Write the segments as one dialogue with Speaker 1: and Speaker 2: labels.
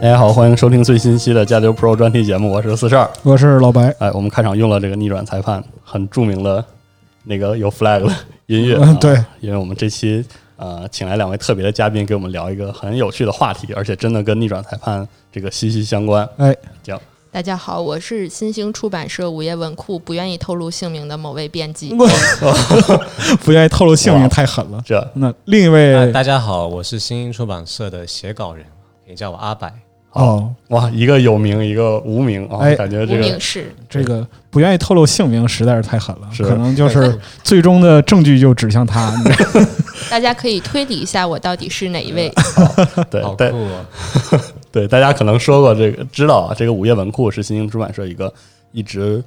Speaker 1: 大家好，欢迎收听最新一期的《加流 Pro》专题节目，我是四十二。
Speaker 2: 我是老白。
Speaker 1: 哎，我们开场用了这个逆转裁判很著名的那个有 flag 的音乐、啊
Speaker 2: 嗯，， 对，
Speaker 1: 因为我们这期呃请来两位特别的嘉宾，给我们聊一个很有趣的话题，而且真的跟逆转裁判这个息息相关。
Speaker 2: 哎，
Speaker 3: 大家好，我是新兴出版社午夜文库不愿意透露姓名的某位编辑。
Speaker 2: 嗯哦 不愿意透露姓
Speaker 1: 哇
Speaker 2: 名太狠了。
Speaker 1: 这
Speaker 2: 那另一位、
Speaker 1: 哎
Speaker 4: 啊，大家好，我是新英出版社的写稿人，可以叫我阿白。
Speaker 2: 哦，
Speaker 1: 哇，一个有名，一个无名啊，
Speaker 2: 哎
Speaker 1: 感觉
Speaker 3: 无
Speaker 1: 这个
Speaker 3: 名氏，
Speaker 2: 这个不愿意透露姓名实在是太狠了，
Speaker 1: 是
Speaker 2: 可能就是最终的证据就指向他。你知道
Speaker 3: 大家可以推理一下我到底是哪一位。
Speaker 1: 对
Speaker 4: 好酷
Speaker 1: 对
Speaker 4: 哦！
Speaker 1: 对，大家可能说过这个，知道啊，这个午夜文库是新兴出版社一个一直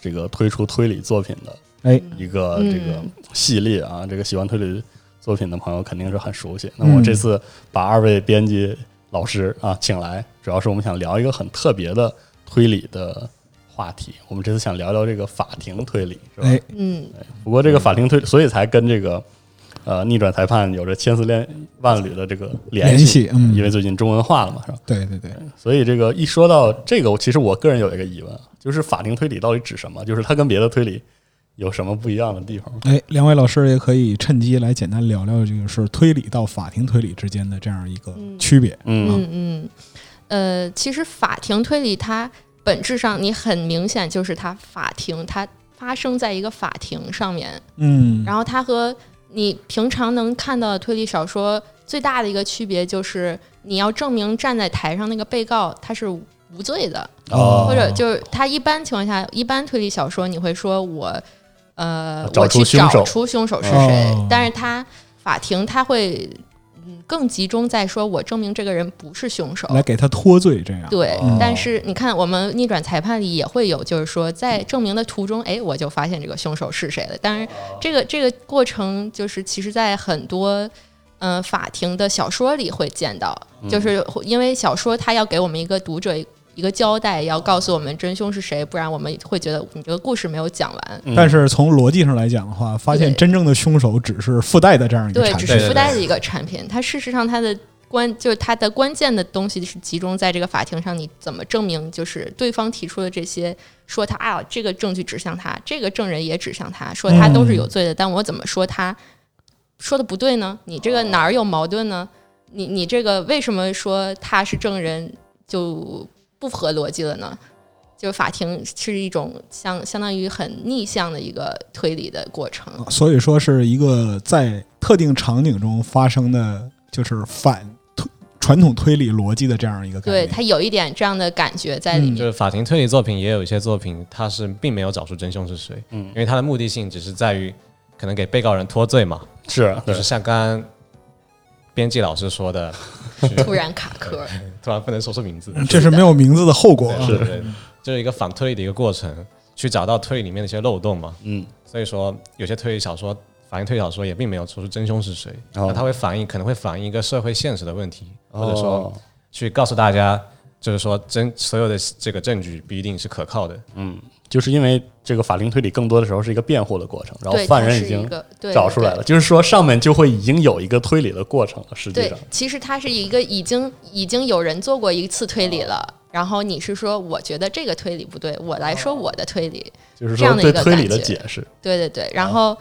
Speaker 1: 这个推出推理作品的
Speaker 2: 哎，
Speaker 1: 一个
Speaker 3: 嗯
Speaker 1: 这个系列啊，这个喜欢推理作品的朋友肯定是很熟悉。那
Speaker 2: 嗯
Speaker 1: 我这次把二位编辑老师啊请来，主要是我们想聊一个很特别的推理的话题。我们这次想聊聊这个法庭推理，是吧？
Speaker 2: 哎，
Speaker 3: 嗯，
Speaker 1: 不过这个法庭推，所以才跟这个呃逆转裁判有着千丝连万缕的这个联
Speaker 2: 联系，
Speaker 1: 因
Speaker 2: 嗯，
Speaker 1: 为最近中文化了嘛，是吧？
Speaker 2: 对对对，
Speaker 1: 所以这个一说到这个，我其实我个人有一个疑问，就是法庭推理到底指什么？就是它跟别的推理有什么不一样的地方吗？
Speaker 2: 哎，两位老师也可以趁机来简单聊聊，这个是推理到法庭推理之间的这样一个
Speaker 3: 嗯
Speaker 2: 区别。
Speaker 1: 嗯
Speaker 3: 嗯嗯，呃，其实法庭推理它本质上，你很明显就是它法庭，它发生在一个法庭上面，
Speaker 2: 嗯，
Speaker 3: 然后它和你平常能看到的推理小说最大的一个区别就是，你要证明站在台上那个被告他是无罪的。
Speaker 2: 哦
Speaker 3: 或者就是他一般情况下，一般推理小说你会说我，呃，
Speaker 1: 找
Speaker 3: 我
Speaker 1: 出
Speaker 3: 去
Speaker 1: 凶手
Speaker 3: 找出凶手是谁，
Speaker 2: 哦
Speaker 3: 但是他法庭他会嗯更集中在说我证明这个人不是凶手。
Speaker 2: 来给他脱罪，这样。
Speaker 3: 对，
Speaker 1: 哦
Speaker 3: 但是你看，我们逆转裁判里也会有，就是说在证明的途中，哎，我就发现这个凶手是谁了。当然，这个这个过程就是其实，在很多嗯、呃法庭的小说里会见到，就是会因为小说它要给我们一个读者一个交代，要告诉我们真凶是谁，不然我们会觉得你这个故事没有讲完。
Speaker 1: 嗯
Speaker 2: 但是从逻辑上来讲的话，发现
Speaker 3: 对
Speaker 2: 真正的凶手只是附带的这样一个
Speaker 3: 对，
Speaker 2: 产
Speaker 3: 只
Speaker 2: 品。
Speaker 4: 对
Speaker 3: 是
Speaker 4: 对
Speaker 3: 附
Speaker 4: 对
Speaker 3: 带的一个产品。它事实上它的关就是它的关键的东西是集中在这个法庭上，你怎么证明就是对方提出的这些说他啊这个证据指向他，这个证人也指向他，说他都是
Speaker 2: 嗯
Speaker 3: 有罪的，但我怎么说他说的不对呢？你这个哪儿有矛盾呢？你你这个为什么说他是证人就不合逻辑了呢？就是法庭是一种相相当于很逆向的一个推理的过程，
Speaker 2: 所以说是一个在特定场景中发生的，就是反推传统推理逻辑的这样一个概
Speaker 3: 对
Speaker 2: 念。
Speaker 3: 它有一点这样的感觉在里
Speaker 2: 嗯
Speaker 3: 面。
Speaker 4: 就是法庭推理作品也有一些作品，它是并没有找出真凶是谁，
Speaker 1: 嗯
Speaker 4: 因为它的目的性只是在于可能给被告人脱罪嘛，
Speaker 1: 是啊
Speaker 4: 就
Speaker 1: 对
Speaker 4: 是啊像刚刚编辑老师 说的，是
Speaker 3: 突然卡壳。
Speaker 4: 突然不能说出名字，
Speaker 1: 嗯
Speaker 2: 这是没有名字的后果啊。
Speaker 4: 对对对，就是一个反推理的一个过程，去找到推理里面的一些漏洞嘛。
Speaker 1: 嗯
Speaker 4: 所以说，有些推理小说反映推理小说也并没有说出真凶是谁，
Speaker 1: 哦
Speaker 4: 那它会反映可能会反映一个社会现实的问题，或者说
Speaker 1: 哦
Speaker 4: 去告诉大家，就是说真所有的这个证据不一定是可靠的。
Speaker 1: 嗯，就是因为这个法庭推理更多的时候是一个辩护的过程，然后
Speaker 3: 对，
Speaker 1: 犯
Speaker 3: 它
Speaker 1: 人已
Speaker 3: 是一
Speaker 1: 经
Speaker 3: 个对
Speaker 1: 找出来了，。就是说上面就会已经有一个推理的过程了，实际
Speaker 3: 对
Speaker 1: 上
Speaker 3: 对，其实它是一个已经已经有人做过一次推理了，然后你是说我觉得这个
Speaker 1: 哦
Speaker 3: 推理不对，我来说我的推理，
Speaker 1: 就是
Speaker 3: 这
Speaker 1: 说
Speaker 3: 样的
Speaker 1: 对
Speaker 3: 一个
Speaker 1: 推理的
Speaker 3: 感觉
Speaker 1: 解释，
Speaker 3: 对对对，然后。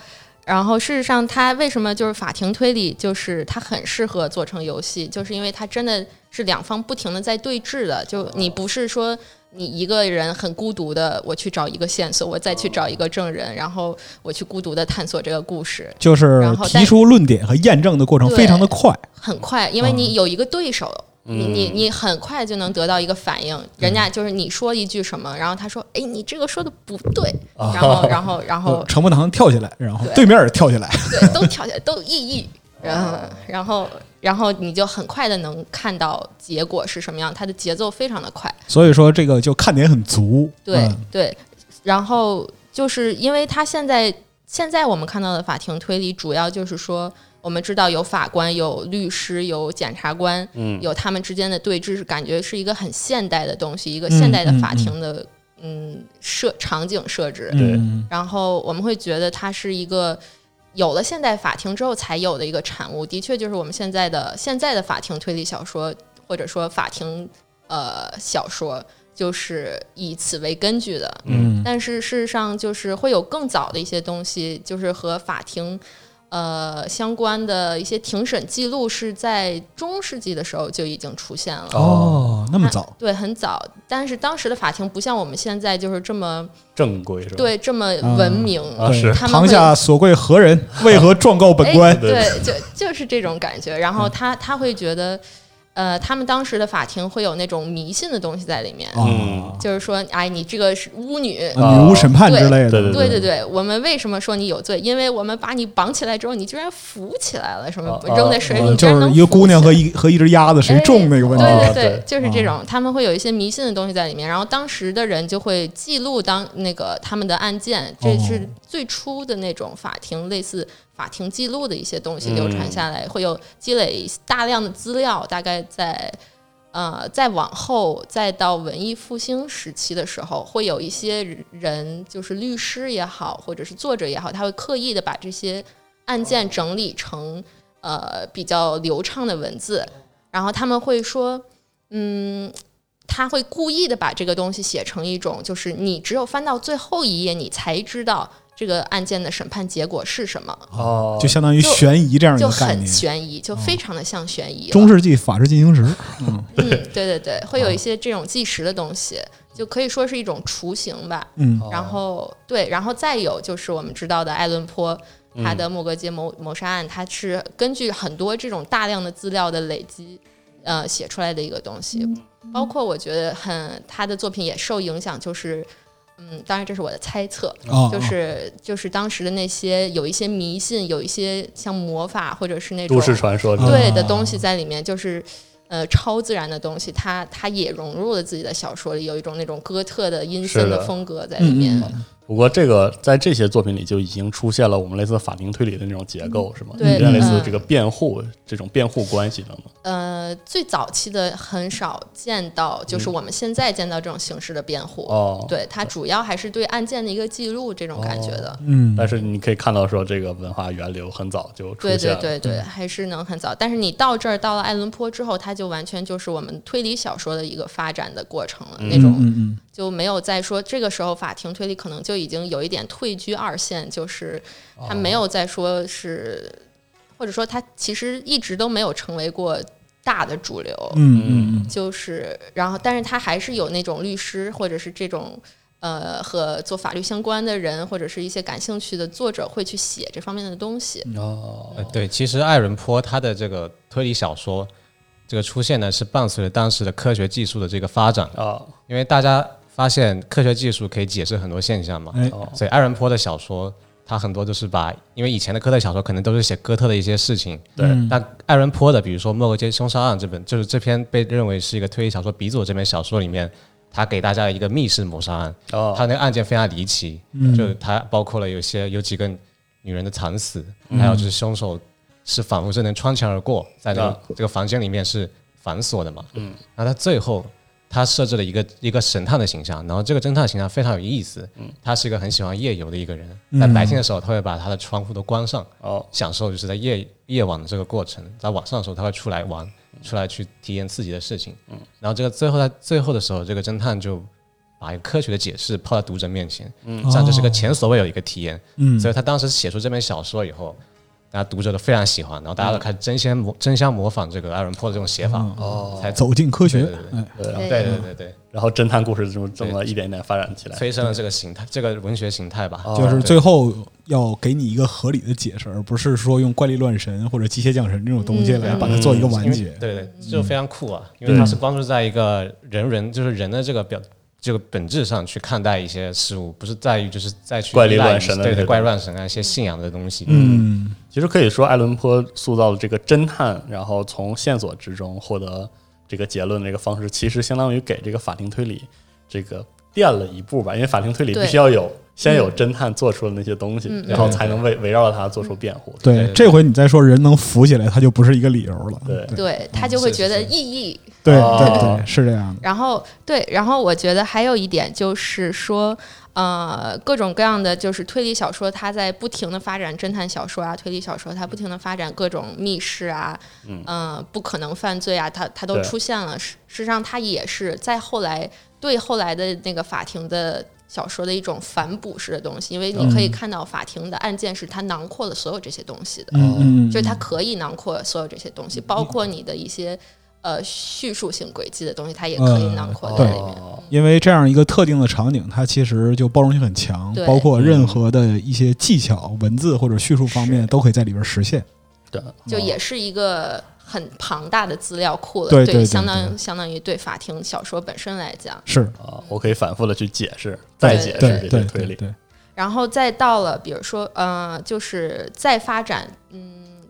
Speaker 3: 然后事实上，它为什么就是法庭推理，就是它很适合做成游戏，就是因为它真的是两方不停的在对峙的，就你不是说。你一个人很孤独的，我去找一个线索，我再去找一个证人，然后我去孤独的探索这个故事，
Speaker 2: 就是
Speaker 3: 然后但
Speaker 2: 提出论点和验证的过程
Speaker 3: 对
Speaker 2: 非常的快，
Speaker 3: 很快，因为你有一个对手，你你你很快就能得到一个反应，人家就是你说一句什么，然后他说，哎，你这个说的不对，然后然后然后
Speaker 2: 呃程步堂跳起来，然后
Speaker 3: 对
Speaker 2: 对面也跳起来，
Speaker 3: 对， 都跳起来都异议，然后然后然后你就很快的能看到结果是什么样，它的节奏非常的快，
Speaker 2: 所以说这个就看点很足。
Speaker 3: 对、
Speaker 2: 嗯
Speaker 3: 对，然后就是因为它现在现在我们看到的法庭推理，主要就是说。我们知道有法官、有律师、有检察官，
Speaker 1: 嗯，
Speaker 3: 有他们之间的对峙，是感觉是一个很现代的东西，一个现代的
Speaker 2: 嗯嗯
Speaker 3: 法庭的嗯设场景设置。
Speaker 1: 对
Speaker 2: 嗯
Speaker 3: 然后我们会觉得它是一个有了现代法庭之后才有的一个产物。的确，就是我们现在的现在的法庭推理小说，或者说法庭呃小说，就是以此为根据的。
Speaker 2: 嗯，
Speaker 3: 但是事实上，就是会有更早的一些东西，就是和法庭呃相关的一些庭审记录，是在中世纪的时候就已经出现了。
Speaker 2: 哦，那么早，
Speaker 3: 对，很早，但是当时的法庭不像我们现在就是这么
Speaker 1: 正规是吧？
Speaker 3: 对这么文明，
Speaker 1: 啊
Speaker 2: 对
Speaker 1: 是
Speaker 3: 他们
Speaker 2: 堂
Speaker 3: 会
Speaker 2: 下所跪何人？为何状告 本官
Speaker 3: 哎？对，就就是这种感觉。然
Speaker 2: 嗯
Speaker 3: 后他他会觉得，呃，他们当时的法庭会有那种迷信的东西在里面，
Speaker 1: 嗯
Speaker 2: 哦
Speaker 3: 就是说，哎，你这个是巫女，
Speaker 2: 啊女巫审判之类的，
Speaker 1: 对对
Speaker 3: 对对对，我们为什么说你有罪？因为我们把你绑起来之后，你居然浮起来了，什么
Speaker 1: 啊啊
Speaker 3: 扔在水
Speaker 2: 嗯
Speaker 3: 里，居
Speaker 2: 就
Speaker 3: 然
Speaker 2: 是
Speaker 3: 能
Speaker 2: 一个姑娘和
Speaker 3: 浮起来
Speaker 2: 一和一只鸭子谁中那个问题，嗯
Speaker 3: 哎对
Speaker 1: 啊对
Speaker 3: 对，就是这种，他们会有一些迷信的东西在里面。然后当时的人就会记录当那个他们的案件，
Speaker 2: 哦
Speaker 3: 这是最初的那种法庭类似法庭记录的一些东西流传下来，会有积累大量的资料，大概在。呃，再往后，再到文艺复兴时期的时候，会有一些人，就是律师也好，或者是作者也好，他会刻意的把这些案件整理成呃比较流畅的文字，然后他们会说，嗯，他会故意的把这个东西写成一种，就是你只有翻到最后一页，你才知道这个案件的审判结果是什么，
Speaker 1: 哦，
Speaker 2: 就相当于
Speaker 3: 就
Speaker 2: 悬疑这样一
Speaker 3: 就
Speaker 2: 个概
Speaker 3: 很
Speaker 2: 念。啊
Speaker 3: 悬疑，就非常的像悬疑了。
Speaker 2: 中啊世纪法制进行时，嗯
Speaker 3: 嗯，对对对，会有一些这种计时的东西，就可以说是一种雏形吧。
Speaker 2: 嗯，
Speaker 1: 哦
Speaker 3: 然后对，然后再有就是我们知道的爱伦坡
Speaker 2: 嗯
Speaker 3: 他的莫格街谋谋杀案，它是根据很多这种大量的资料的累积，呃，写出来的一个东西。
Speaker 2: 嗯
Speaker 3: 包括我觉得很他的作品也受影响，就是嗯，当然这是我的猜测，
Speaker 2: 哦
Speaker 3: 就是就是当时的那些有一些迷信，有一些像魔法或者是那种
Speaker 1: 都市传说这种
Speaker 3: 对的
Speaker 2: 啊
Speaker 3: 东西在里面，就是呃超自然的东西，它它也融入了自己的小说里，有一种那种哥特的阴森
Speaker 1: 是的
Speaker 3: 的风格在里
Speaker 2: 嗯
Speaker 3: 面。
Speaker 2: 嗯嗯，
Speaker 1: 不过这个在这些作品里就已经出现了我们类似法庭推理的那种结构，是吗？
Speaker 3: 对
Speaker 1: 有点类似
Speaker 3: 嗯
Speaker 1: 这个辩护、这种辩护关系等等。
Speaker 3: 呃，最早期的很少见到，就是我们现在见到这种形式的辩护。
Speaker 1: 哦，。
Speaker 3: 对，它主要还是对案件的一个记录这种感觉的。
Speaker 1: 哦
Speaker 2: 嗯，
Speaker 1: 但是你可以看到说，这个文化源流很早就出
Speaker 3: 对
Speaker 1: 现
Speaker 3: 对
Speaker 1: 了。嗯
Speaker 3: 对对，还是能很早。但是你到这儿到了爱伦坡之后，它就完全就是我们推理小说的一个发展的过程了，那
Speaker 2: 嗯
Speaker 3: 种
Speaker 2: 嗯嗯，
Speaker 3: 就没有再说这个时候法庭推理可能就已经有一点退居二线，就是他没
Speaker 4: 哦
Speaker 3: 有再说是，或者说他其实一直都没有成为过大的主流，
Speaker 2: 嗯嗯嗯，
Speaker 3: 就是然后但是他还是有那种律师或者是这种。呃，和做法律相关的人或者是一些感兴趣的作者会去写这方面的东西。
Speaker 1: 哦，
Speaker 4: 呃，对，其实爱伦坡他的这个推理小说这个出现呢，是伴随着当时的科学技术的这个发展，
Speaker 1: 啊，
Speaker 4: 因为大家发现科学技术可以解释很多现象嘛，
Speaker 2: 哎，
Speaker 1: 哦，
Speaker 4: 所以爱伦坡的小说。他很多都是把，因为以前的哥特小说可能都是写哥特的一些事情，
Speaker 1: 对
Speaker 2: 嗯
Speaker 4: 但爱伦坡的，比如说《莫格街凶杀案》这本，就是这篇被认为是一个推理小说鼻祖的这篇小说里面，他给大家一个密室谋杀案，
Speaker 1: 哦，
Speaker 4: 他那个案件非常离奇，
Speaker 2: 嗯
Speaker 4: 就是它包括了有些有几个女人的惨死，还有就是凶手是仿佛是能穿墙而过，在这个、
Speaker 1: 啊
Speaker 4: 这个房间里面是反锁的嘛，嗯，然后他最后他设置了一个一个神探的形象，然后这个侦探形象非常有意思，他是一个很喜欢夜游的一个人，在白天的时候他会把他的窗户都关上，
Speaker 1: 哦，
Speaker 4: 享受就是在夜夜晚的这个过程，在晚上的时候他会出来玩，出来去体验自己的事情。然后这个最后在最后的时候，这个侦探就把一个科学的解释抛到读者面前，
Speaker 1: 嗯
Speaker 4: 这样就是个前所未有一个体验。
Speaker 2: 嗯，
Speaker 4: 所以他当时写出这本小说以后，大家读者都非常喜欢，然后大家都开始争先模争相模仿这个艾伦坡的这种写法，
Speaker 1: 哦，
Speaker 4: 才
Speaker 2: 走进科学
Speaker 4: 对，
Speaker 1: 对，然
Speaker 2: 哎
Speaker 4: 对对
Speaker 1: 后
Speaker 4: 对对对对，
Speaker 1: 然后侦探故事这么这么一点一点发展起来，
Speaker 4: 催生了这个形态，这个文学形态吧。
Speaker 1: 哦
Speaker 2: 就是最后要给你一个合理的解释，而不是说用怪力乱神或者机械降神这种东西
Speaker 3: 嗯
Speaker 2: 来把它做一个完
Speaker 4: 因为
Speaker 2: 结。
Speaker 4: 对对，就非常酷啊，
Speaker 2: 嗯
Speaker 4: 因为它是关注在一个人人就是人的这个表这个本质上去看待一些事物，不是在于就是再去
Speaker 1: 怪力
Speaker 4: 依赖
Speaker 1: 乱
Speaker 4: 于
Speaker 1: 神的
Speaker 4: 对
Speaker 1: 那
Speaker 4: 对
Speaker 1: 种
Speaker 4: 怪力乱神啊一些信仰的东西。
Speaker 2: 嗯，
Speaker 1: 其实可以说，爱伦坡塑造了这个侦探，然后从线索之中获得这个结论的这个方式，其实相当于给这个法庭推理这个垫了一步吧。因为法庭推理
Speaker 3: 对
Speaker 1: 必须要有先有侦探做出了那些东西，
Speaker 2: 嗯
Speaker 1: 然后才能围围绕着它做出辩护。
Speaker 4: 对
Speaker 2: 对
Speaker 4: 对，对
Speaker 2: 这回你再说人能浮起来，它就不是一个理由了。
Speaker 1: 对
Speaker 3: 对他就会觉得
Speaker 4: 嗯是是
Speaker 3: 意义
Speaker 2: 对对
Speaker 1: 哦
Speaker 2: 对，是这样的。
Speaker 3: 然后对，然后我觉得还有一点就是说，呃，各种各样的就是推理小说，它在不停的发展侦探小说啊，推理小说，它不停的发展各种密室啊，嗯、不可能犯罪啊，它它都
Speaker 1: 对
Speaker 3: 出现了。事实上，它也是在后来对后来的那个法庭的。小说的一种反哺式的东西，因为你可以看到法庭的案件是它囊括了所有这些东西的。
Speaker 2: 嗯嗯，
Speaker 3: 就是它可以囊括所有这些东西，包括你的一些呃叙述性轨迹的东西，它
Speaker 2: 嗯
Speaker 3: 也可以囊括在里面。
Speaker 1: 哦，
Speaker 2: 因为这样一个特定的场景，它其实就包容性很强，
Speaker 3: 对
Speaker 2: 包括任何的一些技巧、文字或者叙述方面
Speaker 3: 是
Speaker 2: 都可以在里边实现。
Speaker 1: 对，
Speaker 3: 就也是一个很庞大的资料库了。
Speaker 2: 对对
Speaker 3: 于
Speaker 2: 对
Speaker 3: 相
Speaker 2: 对
Speaker 3: 当相当于对法庭小说本身来讲，
Speaker 2: 是，
Speaker 1: 啊，我可以反复的去解释，再解
Speaker 2: 对
Speaker 1: 释这
Speaker 2: 对
Speaker 1: 些推
Speaker 2: 对
Speaker 1: 理。
Speaker 2: 对，
Speaker 3: 然后再到了比如说呃，就是再发展，嗯，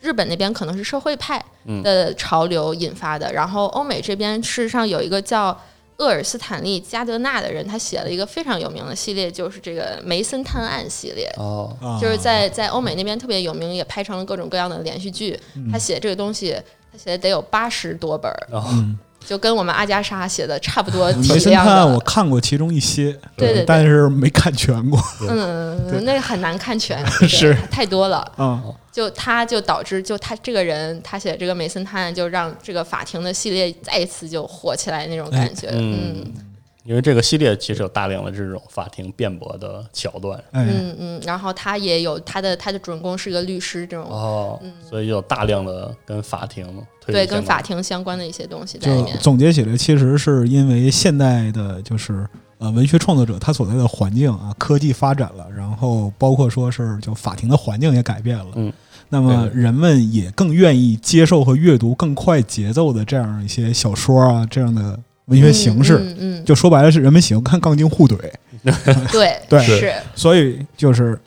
Speaker 3: 日本那边可能是社会派
Speaker 1: 嗯
Speaker 3: 的潮流引发的，然后欧美这边事实上有一个叫。厄尔斯坦利·加德纳的人，他写了一个非常有名的系列，就是这个梅森探案系列。
Speaker 1: 哦，
Speaker 2: 啊
Speaker 3: 就是在在欧美那边特别有名，也拍成了各种各样的连续剧。
Speaker 2: 嗯
Speaker 3: 他写这个东西，他写的得有八十多本儿，
Speaker 1: 然后
Speaker 2: 嗯，
Speaker 3: 就跟我们阿加莎写的差不多
Speaker 2: 梅
Speaker 3: 体
Speaker 2: 森
Speaker 3: 量
Speaker 2: 探案我
Speaker 3: 的。
Speaker 2: 看过其中一些，
Speaker 3: 对对对
Speaker 2: 但是没看全过对
Speaker 3: 嗯，那个很难看全，
Speaker 2: 是
Speaker 3: 对太多了。
Speaker 2: 啊。
Speaker 3: 就他就导致就他这个人，他写这个梅森探案，就让这个法庭的系列再一次就火起来那种感觉。
Speaker 1: 嗯
Speaker 3: 嗯。
Speaker 1: 因为这个系列其实有大量的这种法庭辩驳的桥段
Speaker 2: 哎，
Speaker 3: 嗯嗯，然后他也有他的他的主人公是个律师，这种
Speaker 1: 哦，所以有大量的跟法庭推理相
Speaker 3: 嗯对
Speaker 1: 关
Speaker 3: 跟法庭相关的一些东西在里
Speaker 2: 就
Speaker 3: 面。
Speaker 2: 总结起来，其实是因为现代的，就是呃，文学创作者他所在的环境啊，科技发展了，然后包括说是就法庭的环境也改变了，
Speaker 1: 嗯，
Speaker 2: 那么人们也更愿意接受和阅读更快节奏的这样一些小说啊，这样的文学形式。
Speaker 3: 嗯嗯，
Speaker 2: 就说白了是人们喜欢看杠精互怼，
Speaker 3: 嗯对
Speaker 2: 对
Speaker 3: 是
Speaker 2: 所以就是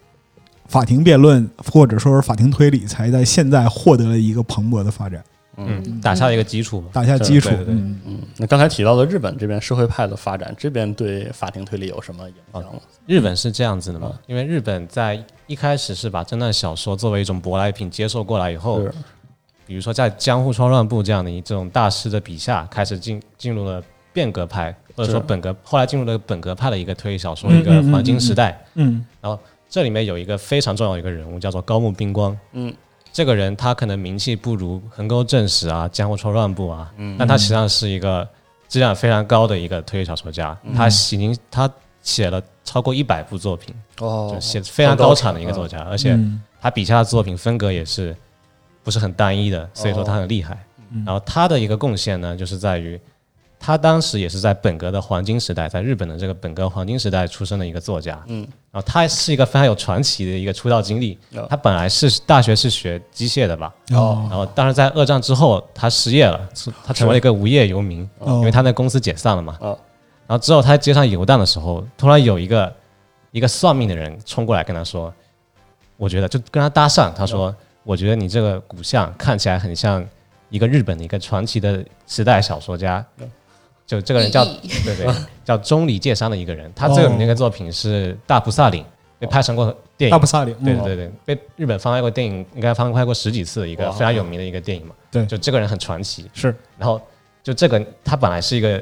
Speaker 2: 法庭辩论或者说是法庭推理，才在现在获得了一个蓬勃的发展，
Speaker 4: 嗯，打下了一个基础吧。
Speaker 2: 打下基础。
Speaker 4: 对对对
Speaker 2: 嗯
Speaker 1: 嗯，那刚才提到了日本这边社会派的发展，这边对法庭推理有什么影响吗？
Speaker 4: 日本是这样子的嘛
Speaker 1: 嗯？
Speaker 4: 因为日本在一开始是把侦探小说作为一种舶来品接受过来以后，
Speaker 1: 是
Speaker 4: 比如说在江户川乱步这样的一这种大师的笔下，开始进进入了变革派，或者说
Speaker 1: 是
Speaker 4: 本格，后来进入了本格派的一个推理小说
Speaker 2: 嗯
Speaker 4: 一个黄金时代。
Speaker 2: 嗯
Speaker 4: 这里面有一个非常重要的一个人物，叫做高木彬光。
Speaker 1: 嗯，
Speaker 4: 这个人他可能名气不如横沟正史啊、江户川乱步啊，但他实际上是一个质量非常高的一个推理小说家。他已经他写了超过一百部作品，
Speaker 1: 哦
Speaker 4: 就写非常高产的一个作家，而且
Speaker 2: 嗯
Speaker 4: 他笔下的作品风格也是不是很单一的，所以说他很厉害。
Speaker 2: 哦嗯
Speaker 4: 然后他的一个贡献呢，就是在于他当时也是在本格的黄金时代，在日本的这个本格黄金时代出生的一个作家。
Speaker 1: 嗯，
Speaker 4: 然后他是一个非常有传奇的一个出道经历
Speaker 1: 哦。
Speaker 4: 他本来是大学是学机械的吧，然
Speaker 2: 哦
Speaker 4: 后当时在二战之后他失业了，他成为了一个无业游民，
Speaker 2: 哦
Speaker 4: 因为他那公司解散了嘛。
Speaker 1: 哦
Speaker 4: 然后之后他在街上游荡的时候，突然有一个一个算命的人冲过来跟他说：“我觉得就跟他搭讪，他
Speaker 2: 嗯
Speaker 4: 说、我觉得你这个骨相看起来很像一个日本的一个传奇的时代小说家。
Speaker 2: 嗯
Speaker 4: 就这个人叫
Speaker 3: 意义
Speaker 4: 对对，叫中里介山的一个人，他最有名的一个作品是《大菩萨岭》，被拍成过
Speaker 2: 哦
Speaker 4: 电
Speaker 2: 大
Speaker 4: 影
Speaker 2: 不。萨里，
Speaker 4: 对
Speaker 2: 嗯
Speaker 4: 对对对，被日本翻拍过电影，应该翻拍过十几次的一个
Speaker 1: 哇
Speaker 4: 非常有名的一个电影嘛。
Speaker 2: 对
Speaker 4: 就这个人很传奇。
Speaker 2: 是，
Speaker 4: 然后就这个他本来是一个，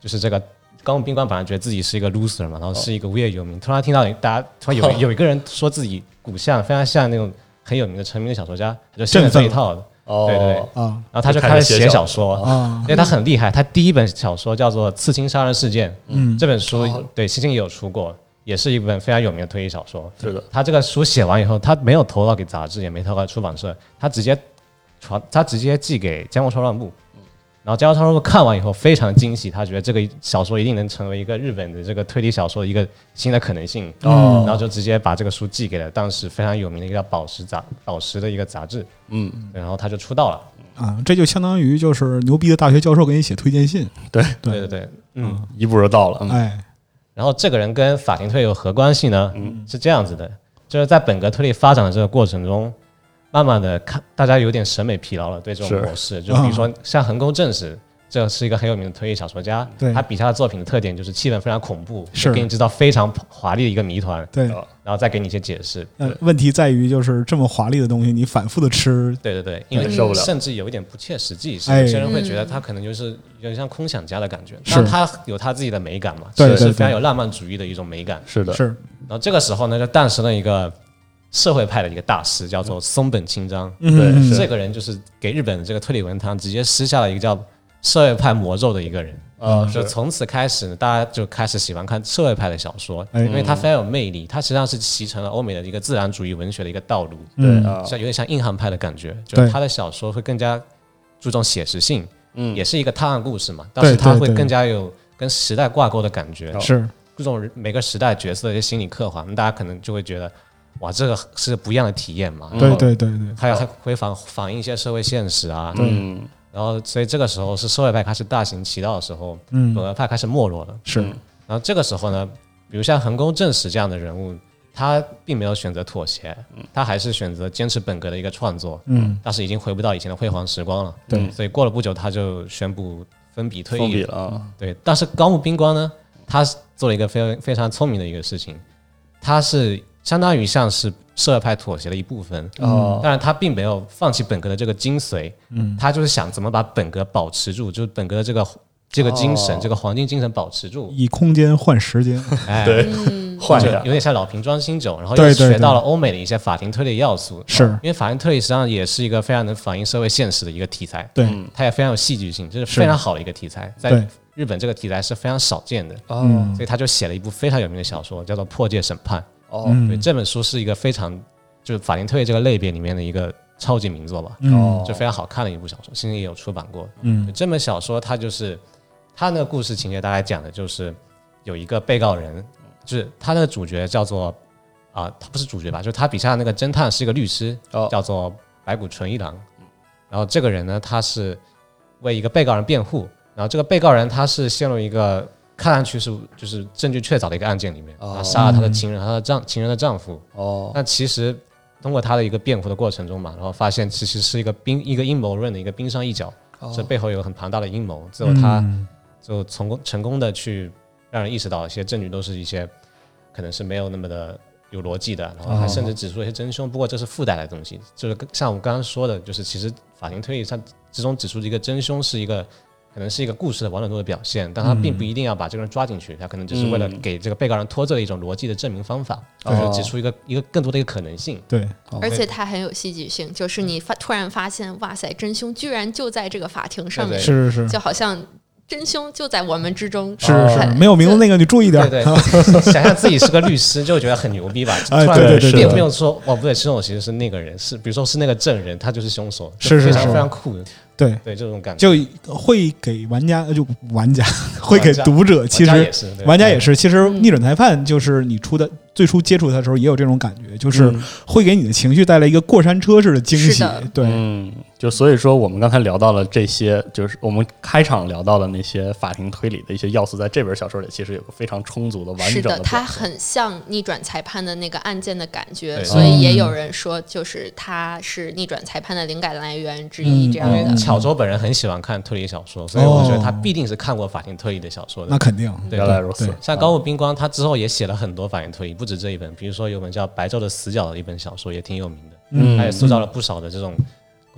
Speaker 4: 就是这个高木宾馆本来觉得自己是一个 loser 嘛，然后是一个无业游民，突然听到大家突然有有一个人说自己骨相非常像那种很有名的成名的小说家，他就信了这一套的，
Speaker 1: 哦，
Speaker 4: 对对
Speaker 2: 啊
Speaker 4: 然后他就
Speaker 1: 就
Speaker 4: 开
Speaker 1: 开
Speaker 4: 始
Speaker 1: 始
Speaker 4: 写
Speaker 1: 写小
Speaker 4: 小说，
Speaker 2: 啊
Speaker 4: 因为他很厉害。他第一本小说叫做《刺青杀人事件》，
Speaker 2: 嗯
Speaker 4: 这本书
Speaker 1: 哦
Speaker 4: 对西京也有出过，也是一本非常有名的推理小说。
Speaker 1: 是的，
Speaker 4: 他这个书写完以后，他没有投稿给杂志，也没投稿给出版社，他直接传，他直接寄给江户川乱步。然后江户川乱步看完以后非常惊喜，他觉得这个小说一定能成为一个日本的这个推理小说的一个新的可能性。
Speaker 1: 哦
Speaker 4: 然后就直接把这个书寄给了当时非常有名的一个宝石杂宝石的一个杂志，
Speaker 1: 嗯，
Speaker 4: 然后他就出道了。
Speaker 2: 啊，这就相当于就是牛逼的大学教授给你写推荐信，
Speaker 1: 对
Speaker 4: 对对
Speaker 2: 对，
Speaker 4: 对，嗯。
Speaker 1: 一步就到了，嗯
Speaker 2: 哎，
Speaker 4: 然后这个人跟法庭推理有何关系呢？
Speaker 2: 嗯
Speaker 4: 是这样子的，就是在本格推理发展的这个过程中，慢慢的看大家有点审美疲劳了，对这种
Speaker 1: 是
Speaker 4: 模
Speaker 2: 嗯
Speaker 4: 式，就比如说像横沟正史。这是一个很有名的推理小说家
Speaker 2: 嗯对，
Speaker 4: 他笔下的作品的特点就是气氛非常恐怖，
Speaker 2: 是
Speaker 4: 给你制造非常华丽的一个谜团，
Speaker 2: 对，
Speaker 4: 然后再给你一些解释。
Speaker 2: 呃，问题在于就是这么华丽的东西，你反复的吃，
Speaker 4: 对对对，因为
Speaker 1: 也受不了
Speaker 4: 甚至有一点不切实际，是
Speaker 2: 哎
Speaker 4: 有些人会觉得他可能就是有点像空想家的感觉，
Speaker 2: 是
Speaker 4: 但他有他自己的美感嘛，
Speaker 2: 对
Speaker 4: 是
Speaker 2: 对
Speaker 4: 是非常
Speaker 2: 对
Speaker 4: 有浪漫主义的一种美感。
Speaker 1: 是的，
Speaker 2: 是，
Speaker 4: 然后这个时候呢，就诞生了一个社会派的一个大师，叫做松本清张。
Speaker 2: 嗯，
Speaker 1: 是
Speaker 4: 这个人就是给日本的这个推理文坛直接施下了一个叫社会派魔咒的一个人。
Speaker 1: 啊，
Speaker 4: 嗯
Speaker 2: 嗯
Speaker 4: 就是从此开始呢，大家就开始喜欢看社会派的小说，
Speaker 2: 哎
Speaker 4: 因为它非常有魅力。它实际上是继承了欧美的一个自然主义文学的一个道路，
Speaker 1: 对
Speaker 2: 嗯
Speaker 1: 啊，
Speaker 4: 像有点像硬汉派的感觉。就
Speaker 2: 对
Speaker 4: 是他的小说会更加注重写实性，
Speaker 1: 嗯，
Speaker 4: 也是一个探案故事嘛，但
Speaker 2: 对
Speaker 4: 是它
Speaker 2: 对
Speaker 4: 会
Speaker 2: 对哦
Speaker 4: 更加有跟时代挂钩的感觉。
Speaker 2: 是，
Speaker 4: 注重每个时代角色的一些心理刻画，那大家可能就会觉得，哇，这个是不一样的体验嘛。
Speaker 2: 对对对对，
Speaker 4: 还有还会反反映一些社会现实啊，
Speaker 1: 嗯，
Speaker 4: 然后所以这个时候是社会派开始大行其道的时候，本
Speaker 2: 嗯，
Speaker 4: 格派开始没落了。
Speaker 2: 是，
Speaker 4: 然后这个时候呢，比如像横沟正史这样的人物，他并没有选择妥协，他还是选择坚持本格的一个创作，
Speaker 2: 嗯，
Speaker 4: 但是已经回不到以前的辉煌时光了。
Speaker 2: 对
Speaker 4: 所以过了不久他就宣布封笔退
Speaker 1: 封
Speaker 4: 役
Speaker 1: 笔
Speaker 4: 了。
Speaker 1: 了啊，
Speaker 4: 对，但是高木冰光呢，他是做了一个非常非常聪明的一个事情，他是相当于像是社会派妥协的一部分，
Speaker 3: 嗯
Speaker 1: 哦
Speaker 4: 当然他并没有放弃本格的这个精髓，
Speaker 2: 嗯，
Speaker 4: 他就是想怎么把本格保持住，就是本格的这个这个精神，
Speaker 1: 哦
Speaker 4: 这个黄金精神保持住，
Speaker 2: 以空间换时间，
Speaker 4: 哎，
Speaker 1: 对
Speaker 3: 嗯，
Speaker 1: 换一
Speaker 4: 就
Speaker 1: 下
Speaker 4: 有，点像老瓶装新酒，然后
Speaker 2: 对
Speaker 4: 又
Speaker 2: 对
Speaker 4: 学到
Speaker 2: 对
Speaker 4: 了欧美的一些法庭推理要素，
Speaker 2: 是
Speaker 4: 因为法庭推理实际上也是一个非常能反映社会现实的一个题材，
Speaker 2: 对，
Speaker 1: 嗯，
Speaker 4: 它也非常有戏剧性，这是
Speaker 2: 是
Speaker 4: 非常好的一个题材，在
Speaker 2: 对嗯
Speaker 4: 日本这个题材是非常少见的。
Speaker 3: 嗯
Speaker 1: 哦
Speaker 4: 所以他就写了一部非常有名的小说，叫做《破戒审判》。
Speaker 1: 哦
Speaker 4: 对，
Speaker 2: 嗯，
Speaker 4: 这本书是一个非常就是法庭推理这个类别里面的一个超级名作吧，
Speaker 2: 嗯
Speaker 4: 就非常好看的一部小说，现在也有出版过。
Speaker 2: 嗯
Speaker 4: 对这本小说它就是它那个故事情节大概讲的就是有一个被告人，就是他那个主角叫做啊、他不是主角吧，就是他笔下的那个侦探是一个律师，
Speaker 1: 哦
Speaker 4: 叫做白骨纯一郎。然后这个人呢，他是为一个被告人辩护，然后这个被告人他是陷入一个看上去是就是证据确凿的一个案件里面，
Speaker 1: 哦
Speaker 4: 他杀了他的情人和他的丈情人的丈夫。
Speaker 1: 哦，
Speaker 4: 那其实通过他的一个辩护的过程中嘛，然后发现其实是一个冰一个阴谋论的一个冰山一角，
Speaker 1: 哦
Speaker 4: 这背后有很庞大的阴谋。最后他
Speaker 2: 嗯
Speaker 4: 就成功成功的去让人意识到，一些证据都是一些可能是没有那么的有逻辑的，然后还
Speaker 1: 哦
Speaker 4: 甚至指出了一些真凶。不过这是附带的东西，就是跟像我们刚刚说的，就是其实法庭推理上之中指出的一个真凶是一个。可能是一个故事的完整度的表现，但他并不一定要把这个人抓进去，他可能只是为了
Speaker 1: 嗯
Speaker 4: 给这个被告人脱罪的一种逻辑的证明方法，
Speaker 1: 哦
Speaker 4: 就是指出一个一个更多的一个可能性。
Speaker 2: 对，
Speaker 3: 而且它很有戏剧性，就是你发突然发现，哇塞，真凶居然就在这个法庭上面，
Speaker 4: 对
Speaker 2: 是是是
Speaker 3: 就好像真凶就在我们之中，
Speaker 2: 是
Speaker 3: 很
Speaker 2: 是，没有名字那个你注意点
Speaker 4: 对
Speaker 2: 儿，
Speaker 4: 哦对，想象自己是个律师，就觉得很牛逼吧？突
Speaker 2: 哎
Speaker 4: 然
Speaker 2: 对
Speaker 1: 对对
Speaker 4: 你也
Speaker 1: 对
Speaker 4: 没有说哦，不对，凶手其实是那个人，是比如说是那个证人，他就是凶手，就是
Speaker 2: 是
Speaker 4: 非常
Speaker 2: 是
Speaker 4: 非常酷的，
Speaker 2: 对，
Speaker 4: 对这种感觉。
Speaker 2: 就会给玩家呃就玩家 会给
Speaker 4: 玩家
Speaker 2: 读者，其
Speaker 4: 玩家
Speaker 2: 实
Speaker 4: 也是，对
Speaker 2: 玩家也，是，其实
Speaker 3: 嗯
Speaker 2: 逆转裁判就是你出的最初接触它的时候也有这种感觉，就是会给你的情绪带来一个过山车式的惊
Speaker 3: 是
Speaker 2: 喜
Speaker 3: 的，
Speaker 2: 对，
Speaker 1: 嗯，就所以说，我们刚才聊到了这些，就是我们开场聊到的那些法庭推理的一些要素，在这本小说里其实有个非常充足的、完
Speaker 3: 是
Speaker 1: 整
Speaker 3: 的，它
Speaker 1: 表现
Speaker 3: 很像逆转裁判的那个案件的感觉，
Speaker 4: 对
Speaker 3: 所以也
Speaker 2: 嗯
Speaker 3: 有人说，就是它是逆转裁判的灵感来源之
Speaker 2: 嗯
Speaker 3: 一。这样
Speaker 4: 因
Speaker 3: 的，
Speaker 4: 为巧周本人很喜欢看推理小说，所以我觉得他必定是看过法庭推理的小说
Speaker 2: 哦那
Speaker 4: 的。
Speaker 2: 肯定，
Speaker 4: 对
Speaker 1: 原来如此
Speaker 2: 对，
Speaker 4: 像高木冰光，他之后也写了很多法庭推理，不止这一本，比如说有本叫《白昼的死角》的一本小说，也挺有名的。
Speaker 1: 嗯
Speaker 4: 他也塑造了不少的这种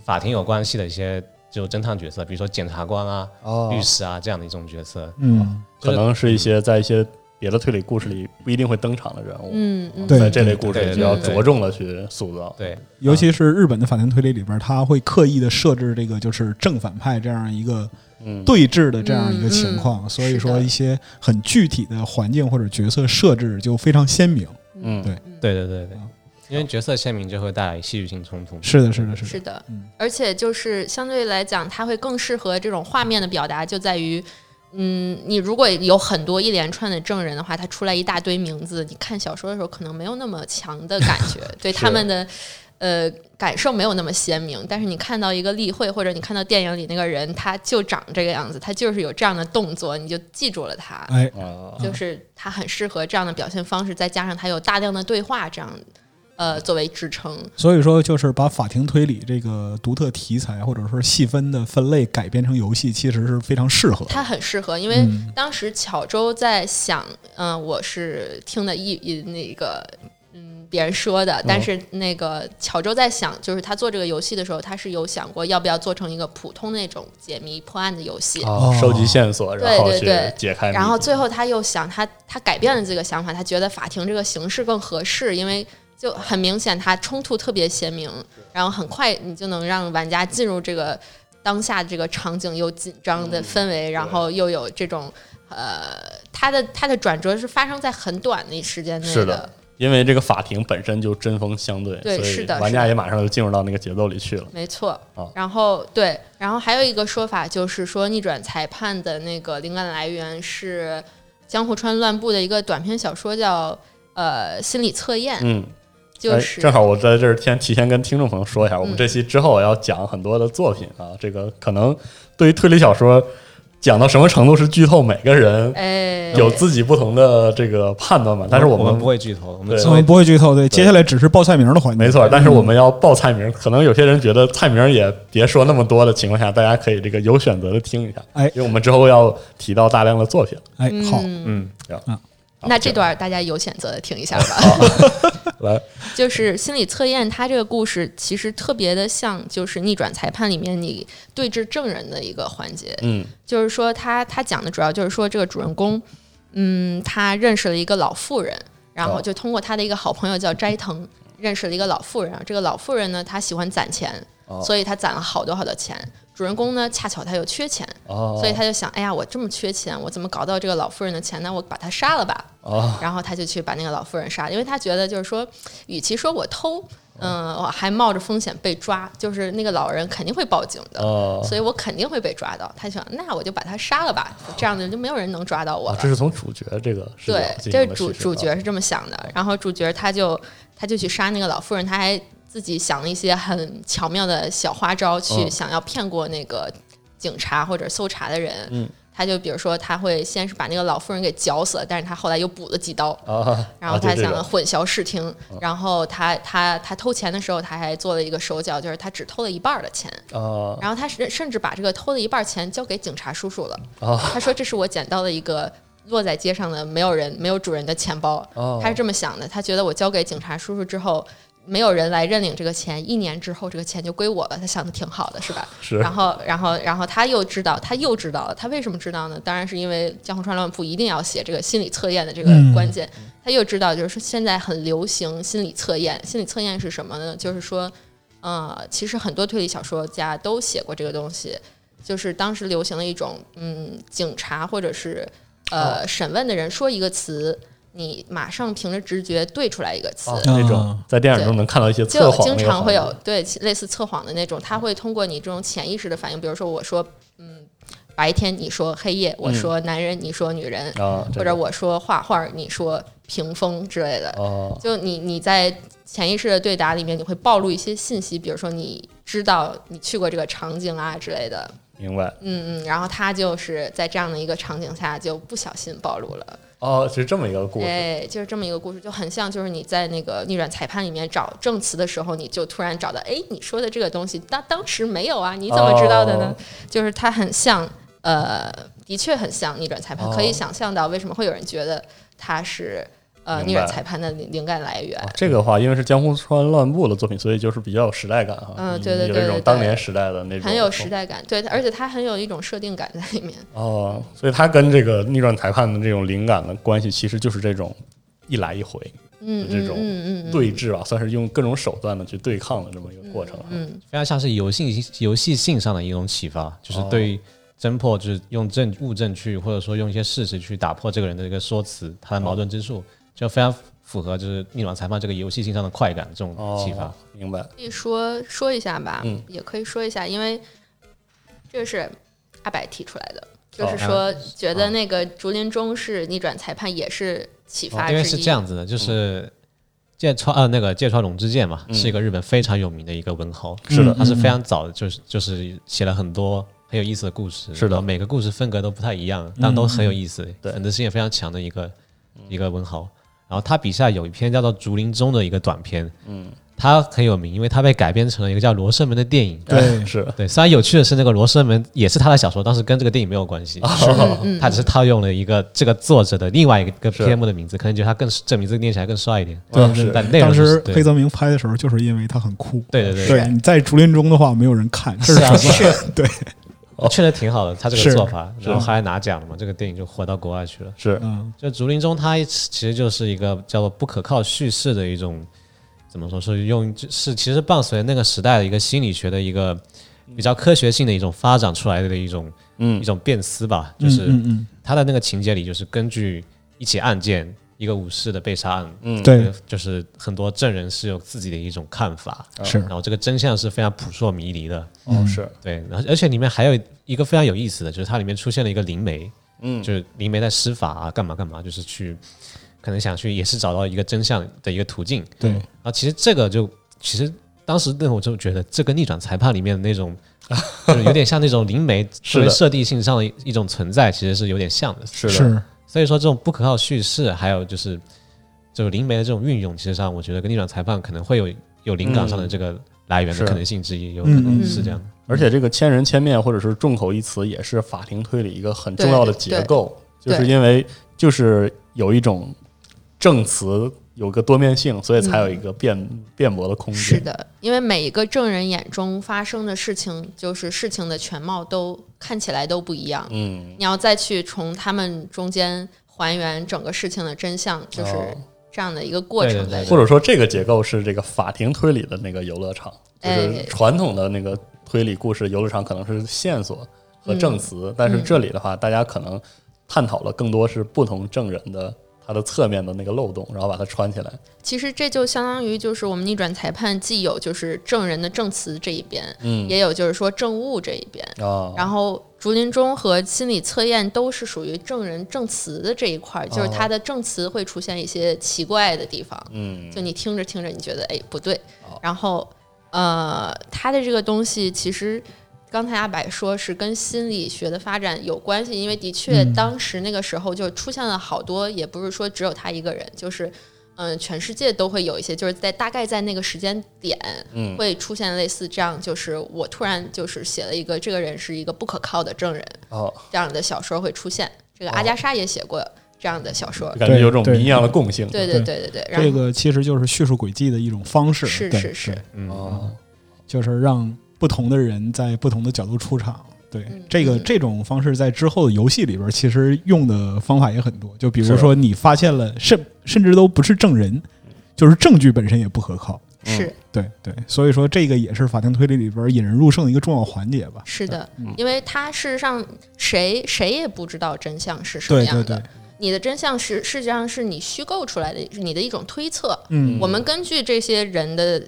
Speaker 4: 法庭有关系的一些就侦探角色，比如说检察官啊、
Speaker 1: 哦
Speaker 4: 律师啊这样的一种角色。
Speaker 2: 嗯，
Speaker 4: 就
Speaker 1: 可
Speaker 4: 是
Speaker 1: 能是一些在一些别的推理故事里不一定会登场的人物，
Speaker 3: 嗯嗯，
Speaker 2: 对
Speaker 1: 在这类故事里就要
Speaker 3: 对对对
Speaker 1: 着重的去塑造。
Speaker 4: 对，
Speaker 2: 尤其是日本的法庭推理里边，他会刻意的设置这个就是正反派这样一个
Speaker 1: 嗯，
Speaker 2: 对峙的这样一个情况，
Speaker 3: 嗯嗯
Speaker 2: 所以说
Speaker 3: 是的
Speaker 2: 一些很具体的环境或者角色设置就非常鲜明。
Speaker 1: 嗯，
Speaker 2: 对
Speaker 4: 对对对对
Speaker 2: 啊，
Speaker 4: 因为角色鲜明就会带来戏剧性冲突。
Speaker 2: 是的，是的，是
Speaker 3: 是
Speaker 2: 的，
Speaker 3: 的
Speaker 2: 嗯，
Speaker 3: 而且就是相对来讲，它会更适合这种画面的表达，就在于，嗯，你如果有很多一连串的证人的话，他出来一大堆名字，你看小说的时候可能没有那么强的感觉，对他们的呃感受没有那么鲜明，但是你看到一个例会，或者你看到电影里那个人，他就长这个样子，他就是有这样的动作，你就记住了他。
Speaker 2: 哎，
Speaker 1: 啊，
Speaker 3: 就是他很适合这样的表现方式，再加上他有大量的对话，这样呃作为支撑。
Speaker 2: 所以说就是把法庭推理这个独特题材或者说细分的分类改编成游戏，其实是非常适合的。
Speaker 3: 它很适合，因为
Speaker 2: 嗯
Speaker 3: 当时巧周在想，嗯、我是听的一一那个嗯别人说的，但是那个巧周在想，就是他做这个游戏的时候，他是有想过要不要做成一个普通那种解谜破案的游戏。
Speaker 1: 啊收集线索，
Speaker 3: 对
Speaker 1: 然后
Speaker 3: 对
Speaker 1: 去
Speaker 3: 对
Speaker 1: 解开谜底。
Speaker 3: 然后最后他又想，他他改变了这个想法，他觉得法庭这个形式更合适，因为就很明显，它冲突特别鲜明，然后很快你就能让玩家进入这个当下这个场景又紧张
Speaker 1: 嗯
Speaker 3: 的氛围，然后又有这种呃，它的它的转折是发生在很短的时间内
Speaker 1: 是的因为这个法庭本身就针锋相对，
Speaker 3: 对
Speaker 1: 所
Speaker 3: 是
Speaker 1: 以
Speaker 3: 的
Speaker 1: 玩
Speaker 3: 是
Speaker 1: 家
Speaker 3: 的
Speaker 1: 也马上就进入到那个节奏里去了。
Speaker 3: 没错
Speaker 1: 啊。
Speaker 3: 然后对，然后还有一个说法就是说，逆转裁判的那个灵感来源是江户川乱步的一个短篇小说，叫。呃，心理测验
Speaker 1: 嗯，
Speaker 3: 就
Speaker 1: 哎
Speaker 3: 是、
Speaker 1: 正好我在这儿先提前跟听众朋友说一下，我们
Speaker 3: 嗯
Speaker 1: 这期之后要讲很多的作品啊，这个可能对于推理小说讲到什么程度是剧透，每个人
Speaker 3: 哎，
Speaker 1: 有自己不同的这个判断嘛。但是
Speaker 4: 我
Speaker 1: 们
Speaker 4: 们不会剧透，我
Speaker 1: 对
Speaker 4: 们作
Speaker 2: 我
Speaker 4: 为
Speaker 2: 们不会剧透，对，接下来只是报菜名的环节。
Speaker 1: 没
Speaker 4: 嗯
Speaker 1: 错，但是我们要报菜名，可能有些人觉得菜名也别说那么多的情况下，大家可以这个有选择的听一下，
Speaker 2: 哎
Speaker 1: 因为我们之后要提到大量的作品。
Speaker 2: 哎，好，
Speaker 3: 嗯，
Speaker 4: 嗯，
Speaker 1: 好
Speaker 3: 那这段大家有选择的听一
Speaker 1: 啊
Speaker 3: 下吧。
Speaker 1: 来，
Speaker 3: 就是心理测验，它这个故事其实特别的像，就是逆转裁判里面你对峙证人的一个环节。
Speaker 1: 嗯
Speaker 3: 就是说他，他讲的主要就是说这个主人公，嗯，他认识了一个老妇人，然后
Speaker 1: 哦
Speaker 3: 就通过他的一个好朋友叫斋藤，认识了一个老妇人。这个老妇人呢，她喜欢攒钱，
Speaker 1: 哦
Speaker 3: 所以她攒了好多好多钱。主人公呢，恰巧他又缺钱，
Speaker 1: 哦，
Speaker 3: 所以他就想，哎呀，我这么缺钱，我怎么搞到这个老妇人的钱呢？我把她杀了吧。
Speaker 1: 哦
Speaker 3: 然后他就去把那个老妇人杀了，因为他觉得就是说，与其说我偷，嗯、我还冒着风险被抓，就是那个老人肯定会报警的，
Speaker 1: 哦，
Speaker 3: 所以我肯定会被抓到。他想，那我就把他杀了吧，这样子就没有人能抓到我
Speaker 1: 啊
Speaker 3: 了。
Speaker 1: 这是从主角这个视角
Speaker 3: 对，
Speaker 1: 进
Speaker 3: 这
Speaker 1: 行
Speaker 3: 是
Speaker 1: 的
Speaker 3: 主
Speaker 1: 叙事啊
Speaker 3: 主角是这么想的。然后主角他就他就去杀那个老妇人，他还自己想了一些很巧妙的小花招，去
Speaker 1: 嗯
Speaker 3: 想要骗过那个警察或者搜查的人。
Speaker 1: 嗯
Speaker 3: 他就比如说，他会先是把那个老妇人给绞死了，但是他后来又补了几刀，
Speaker 1: 啊，
Speaker 3: 然后
Speaker 1: 啊就
Speaker 3: 他
Speaker 1: 这
Speaker 3: 想
Speaker 1: 种
Speaker 3: 混淆视听，
Speaker 1: 嗯
Speaker 3: 然后他他他偷钱的时候，他还做了一个手脚，就是他只偷了一半儿的钱，
Speaker 1: 啊
Speaker 3: 然后他甚甚至把这个偷的一半儿钱交给警察叔叔了。
Speaker 1: 啊
Speaker 3: 他说：“这是我捡到的一个落在街上的没有人没有主人的钱包。”
Speaker 1: 哦
Speaker 3: 他是这么想的，他觉得我交给警察叔叔之后，没有人来认领这个钱，一年之后这个钱就归我了。他想的挺好的，是吧？
Speaker 1: 是
Speaker 3: 然后，然后，然后他又知道，他又知道了，他为什么知道呢？当然是因为江户川乱步一定要写这个心理测验的这个
Speaker 2: 嗯
Speaker 3: 关键，他又知道就是说现在很流行心理测验，心理测验是什么呢？就是说，呃，其实很多推理小说家都写过这个东西，就是当时流行的一种，嗯，警察或者是呃、审问的人说一个词，你马上凭着直觉对出来一个词。
Speaker 1: 啊那
Speaker 4: 嗯
Speaker 1: 种在电影中能看到一些测
Speaker 3: 就
Speaker 1: 谎，
Speaker 3: 经常会有对类似测谎的那种，他会通过你这种潜意识的反应，比如说我说嗯白天你说黑夜，
Speaker 1: 嗯
Speaker 3: 我说男人你说女人，
Speaker 1: 啊，
Speaker 3: 或者我说画画你说屏风之类的，
Speaker 1: 哦
Speaker 3: 就你你在潜意识的对答里面，你会暴露一些信息，比如说你知道你去过这个场景啊之类的，
Speaker 1: 明白
Speaker 3: 嗯嗯，然后他就是在这样的一个场景下就不小心暴露了。
Speaker 1: 哦，是这么一个故事
Speaker 3: 哎，就是这么一个故事，就很像，就是你在那个逆转裁判里面找证词的时候，你就突然找到，哎，你说的这个东西，当当时没有啊，你怎么知道的
Speaker 1: 哦
Speaker 3: 呢？就是它很像，呃，的确很像逆转裁判，
Speaker 1: 哦
Speaker 3: 可以想象到为什么会有人觉得它是呃
Speaker 1: 明白
Speaker 3: 逆转裁判的灵灵感来源。
Speaker 1: 啊这个的话，因为是江户川乱步的作品，所以就是比较有时代感哈。
Speaker 3: 嗯对对
Speaker 1: 有
Speaker 3: 对
Speaker 1: 一种
Speaker 3: 对
Speaker 1: 当
Speaker 3: 对
Speaker 1: 年时代的那种，
Speaker 3: 很有时代感，对，而且它很有一种设定感在里面。
Speaker 1: 哦，所以它跟这个逆转裁判的这种灵感的关系，其实就是这种一来一回
Speaker 3: 嗯，
Speaker 1: 这种
Speaker 3: 嗯嗯嗯嗯，
Speaker 1: 对峙吧，算是用各种手段的去对抗的这么一个过程。啊
Speaker 3: 嗯，
Speaker 4: 非常像是游戏游戏性上的一种启发，就是对
Speaker 1: 哦
Speaker 4: 于侦破，就是用证物证去，或者说用一些事实去打破这个人的一个说辞，他的矛盾之处，就非常符合就是逆转裁判这个游戏性上的快感这
Speaker 3: 嗯
Speaker 4: 种
Speaker 1: 哦，
Speaker 4: 启发。
Speaker 1: 明白。
Speaker 3: 可以说说一下吧，
Speaker 1: 嗯
Speaker 3: 也可以说一下，因为这是阿白提出来的，就
Speaker 1: 哦
Speaker 3: 是说觉得那个竹林中是逆转裁判也是启
Speaker 4: 哦
Speaker 3: 发
Speaker 4: 因为
Speaker 3: 之
Speaker 4: 是
Speaker 3: 一。
Speaker 4: 这样子的，就是芥川呃那个芥川龙之介嘛，
Speaker 1: 嗯
Speaker 4: 是一个日本非常有名的一个文豪，
Speaker 1: 是的嗯
Speaker 4: 他是非常早就是就是写了很多很有意思的故事，
Speaker 1: 是的嗯
Speaker 4: 然后每个故事风格都不太一样，但都很有意思，
Speaker 1: 对嗯
Speaker 4: 粉丝性也非常强的一个一个文豪。然后他笔下有一篇叫做《竹林中》的一个短篇，嗯，他很有名，因为他被改编成了一个叫《罗生门》的电影。
Speaker 2: 对
Speaker 1: 是的
Speaker 4: 对，虽然有趣的是，那个《罗生门》也是他的小说，但是跟这个电影没有关系。
Speaker 3: 嗯嗯，
Speaker 4: 他只是套用了一个这个作者的另外一个
Speaker 1: 是
Speaker 4: 篇目的名字，可能觉得他更这名字念起来更帅一点。
Speaker 1: 哦
Speaker 2: 对
Speaker 1: 是
Speaker 2: 对，
Speaker 4: 但内
Speaker 2: 当
Speaker 4: 容是
Speaker 2: 时
Speaker 4: 对
Speaker 2: 黑泽明拍的时候，就是因为他很酷。
Speaker 4: 对对对，
Speaker 2: 对，你在竹林中的话，没有人看，这
Speaker 4: 是啊
Speaker 2: 什么？ 对，
Speaker 4: 确实挺好的，他这个
Speaker 2: 是
Speaker 4: 做法，
Speaker 1: 是
Speaker 4: 然后后来拿奖了嘛，这个电影就火到国外去了。
Speaker 1: 是
Speaker 2: 嗯，
Speaker 4: 就竹林中，它其实就是一个叫做不可靠叙事的一种，怎么说是用是其实伴随那个时代的一个心理学的一个比较科学性的一种发展出来的一种、
Speaker 1: 嗯
Speaker 4: 一种辩思吧，就是
Speaker 2: 嗯嗯
Speaker 4: 它的那个情节里就是根据一起案件。一个武士的被杀案，
Speaker 1: 嗯
Speaker 2: 嗯，对，
Speaker 4: 就是很多证人是有自己的一种看法，
Speaker 2: 是
Speaker 4: 然后这个真相是非常扑朔迷离的，
Speaker 1: 哦是
Speaker 4: 对，然后而且里面还有一个非常有意思的，就是它里面出现了一个灵媒，
Speaker 1: 嗯
Speaker 4: 就是灵媒在施法啊，干嘛干嘛，就是去可能想去也是找到一个真相的一个途径。
Speaker 2: 对
Speaker 4: 然后其实这个就其实当时那我就觉得这跟逆转裁判里面的那种，就是有点像那种灵媒 作为
Speaker 1: 的
Speaker 4: 设定性上的一一种存在，其实是有点像的。
Speaker 1: 是的
Speaker 2: 是，
Speaker 4: 所以说这种不可靠叙事，还有就是就是灵媒的这种运用，其实上我觉得跟逆转裁判可能会有有灵感上的这个来源
Speaker 1: 是
Speaker 4: 的可能性之一，有可能
Speaker 2: 嗯
Speaker 4: 是这样的。
Speaker 1: 而且这个千人千面或者是众口一词，也是法庭推理一个很重要的结构，
Speaker 3: 对
Speaker 1: 就是
Speaker 3: 对
Speaker 1: 因为就是有一种证词有个多面性，所以才有一个辩、辩驳的空间。
Speaker 3: 嗯是，的，因为每一个证人眼中发生的事情，就是事情的全貌都看起来都不一样。
Speaker 1: 嗯，
Speaker 3: 你要再去从他们中间还原整个事情的真相，就是
Speaker 1: 哦
Speaker 3: 这样的一个过
Speaker 4: 对
Speaker 3: 程
Speaker 4: 对
Speaker 3: 在
Speaker 4: 对
Speaker 3: 里
Speaker 1: 或
Speaker 3: 面。
Speaker 1: 者说这个结构是这个法庭推理的那个游乐场，就
Speaker 3: 哎
Speaker 1: 是传统的那个推理故事游乐场可能是线索和
Speaker 3: 嗯
Speaker 1: 证词，但是这里的话，大家可能探讨了更多是不同证人的他的侧面的那个漏洞，然后把它穿起来。
Speaker 3: 其实这就相当于就是我们逆转裁判，既有就是证人的证词这一边，
Speaker 1: 嗯
Speaker 3: 也有就是说证物这一边。
Speaker 1: 啊，
Speaker 3: 然后竹林中和心理测验都是属于证人证词的这一块儿，就是他的证词会出现一些奇怪的地方，
Speaker 1: 嗯
Speaker 3: 就你听着听着你觉得哎不对
Speaker 1: 哦，
Speaker 3: 然后呃他的这个东西其实。刚才阿白说是跟心理学的发展有关系，因为的确
Speaker 2: 嗯
Speaker 3: 当时那个时候就出现了好多，也不是说只有他一个人，就是嗯、全世界都会有一些，就是在大概在那个时间点，
Speaker 1: 嗯
Speaker 3: 会出现类似这样，就是我突然就是写了一个这个人是一个不可靠的证人
Speaker 1: 哦。
Speaker 3: 这样的小说会出现。这个阿加莎也写过这样的小说，
Speaker 1: 感觉有种
Speaker 2: 对
Speaker 1: 谜一样的共性。
Speaker 3: 对对对对对，然
Speaker 2: 这
Speaker 3: 后
Speaker 2: 个其实就是叙述轨迹的一种方式，
Speaker 3: 是
Speaker 2: 对
Speaker 3: 是是，
Speaker 2: 对
Speaker 4: 嗯，
Speaker 1: 哦，
Speaker 2: 就是让不同的人在不同的角度出场。对，这个
Speaker 3: 嗯
Speaker 2: 这种方式在之后的游戏里边，其实用的方法也很多。就比
Speaker 1: 是
Speaker 2: 如
Speaker 1: 的
Speaker 2: 说，你发现了甚甚至都不是证人，就是证据本身也不可靠。
Speaker 1: 嗯
Speaker 3: 是
Speaker 2: 对对，所以说这个也是法庭推理里边引人入胜的一个重要环节吧。
Speaker 3: 是的
Speaker 1: 嗯，
Speaker 3: 因为他事实上谁谁也不知道真相是什么
Speaker 2: 对
Speaker 3: 样
Speaker 2: 对对
Speaker 3: 的，，你的真相是事实上是你虚构出来的，你的一种推测。
Speaker 2: 嗯，
Speaker 3: 我们根据这些人的，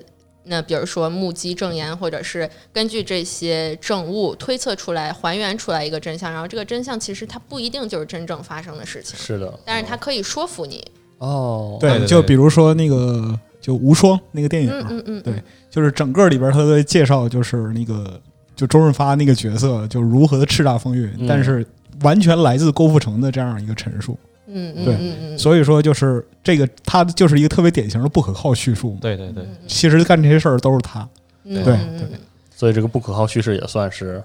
Speaker 3: 那比如说目击证言，或者是根据这些证物推测出来、还原出来一个真相，然后这个真相其实它不一定就是真正发生的事情，
Speaker 1: 是的。
Speaker 3: 但是它可以说服你。
Speaker 1: 哦，
Speaker 4: 对对对
Speaker 2: 就比如说那个就《无双》那个电影，
Speaker 3: 嗯嗯嗯，
Speaker 2: 对啊就是整个里边他的介绍就是那个就周润发那个角色就如何的叱咤风云，
Speaker 1: 嗯
Speaker 2: 但是完全来自郭富城的这样一个陈述。
Speaker 3: 嗯嗯
Speaker 2: 对
Speaker 3: 嗯嗯
Speaker 2: 所以说就是这个他就是一个特别典型的不可靠叙述嘛。
Speaker 4: 对对对。
Speaker 2: 其实干这些事儿都是他，
Speaker 3: 嗯，
Speaker 2: 对
Speaker 3: 嗯嗯嗯
Speaker 2: 对
Speaker 1: 所以这个不可靠叙事也算是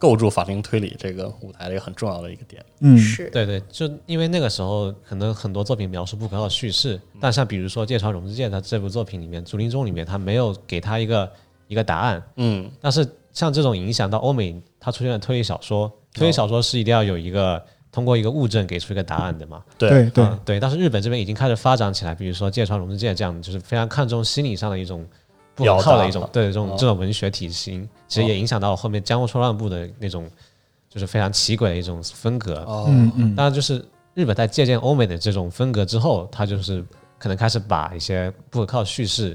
Speaker 1: 构筑法庭推理这个舞台的一个很重要的一个点。
Speaker 2: 嗯，
Speaker 3: 是，
Speaker 4: 对对，就因为那个时候可能很多作品描述不可靠叙事，但像比如说《芥川龙之介》他这部作品里面，《竹林中》里面他没有给他一个一个答案，
Speaker 1: 嗯，
Speaker 4: 但是像这种影响到欧美，它出现了推理小说，推理小说是一定要有一个通过一个物证给出一个答案的嘛？
Speaker 2: 对对
Speaker 4: 嗯对。但是日本这边已经开始发展起来，比如说芥川龙之介这样，就是非常看重心理上的一种不可靠的
Speaker 1: 表
Speaker 4: 一种
Speaker 1: 达
Speaker 4: 对这种、
Speaker 1: 哦
Speaker 4: 这种文学体系，其实也影响到后面江户川乱步的那种就是非常奇诡的一种风格。
Speaker 1: 哦
Speaker 2: 嗯嗯，
Speaker 4: 当然，就是日本在借鉴欧美的这种风格之后，它就是可能开始把一些不可靠叙事，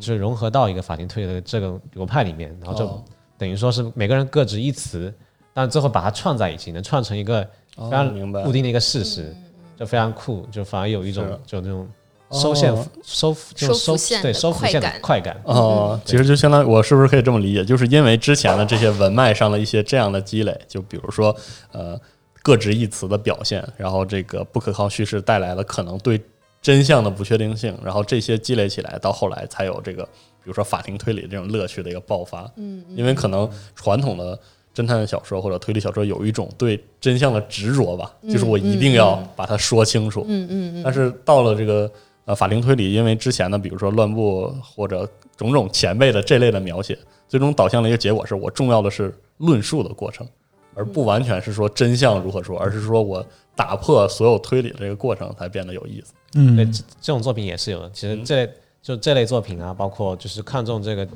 Speaker 4: 就是融合到一个法庭推理的这个流派里面，然后就
Speaker 1: 哦
Speaker 4: 等于说是每个人各执一词，但最后把它串在一起，能串成一个非
Speaker 1: 哦，
Speaker 4: 常
Speaker 1: 明白
Speaker 4: 固。定的一个事
Speaker 3: 嗯
Speaker 4: 实，就非常酷，就反而有一种
Speaker 1: 是啊
Speaker 4: 就那种收线、
Speaker 1: 哦
Speaker 4: 收这种
Speaker 3: 收
Speaker 4: 收
Speaker 3: 复线
Speaker 4: 对
Speaker 3: 的
Speaker 4: 收复
Speaker 3: 快
Speaker 4: 线的
Speaker 3: 感
Speaker 4: 快感。
Speaker 1: 哦，其实就相当于我是不是可以这么理解？就是因为之前的这些文脉上的一些这样的积累，就比如说呃各执一词的表现，然后这个不可靠叙事带来了可能对真相的不确定性，然后这些积累起来，到后来才有这个比如说法庭推理这种乐趣的一个爆发。
Speaker 3: 嗯，嗯
Speaker 1: 因为可能传统的侦探小说或者推理小说有一种对真相的执着吧，就是我一定要把它说清楚。
Speaker 3: 嗯嗯嗯，
Speaker 1: 但是到了这个呃法庭推理，因为之前的比如说乱步或者种种前辈的这类的描写，最终导向的一个结果是我重要的是论述的过程，而不完全是说真相如何说，而是说我打破所有推理的这个过程才变得有意思。
Speaker 4: 对，
Speaker 2: 嗯
Speaker 4: 这这种作品也是有的。其
Speaker 1: 嗯
Speaker 4: 实这类、就这类作品啊，包括就是看重这个，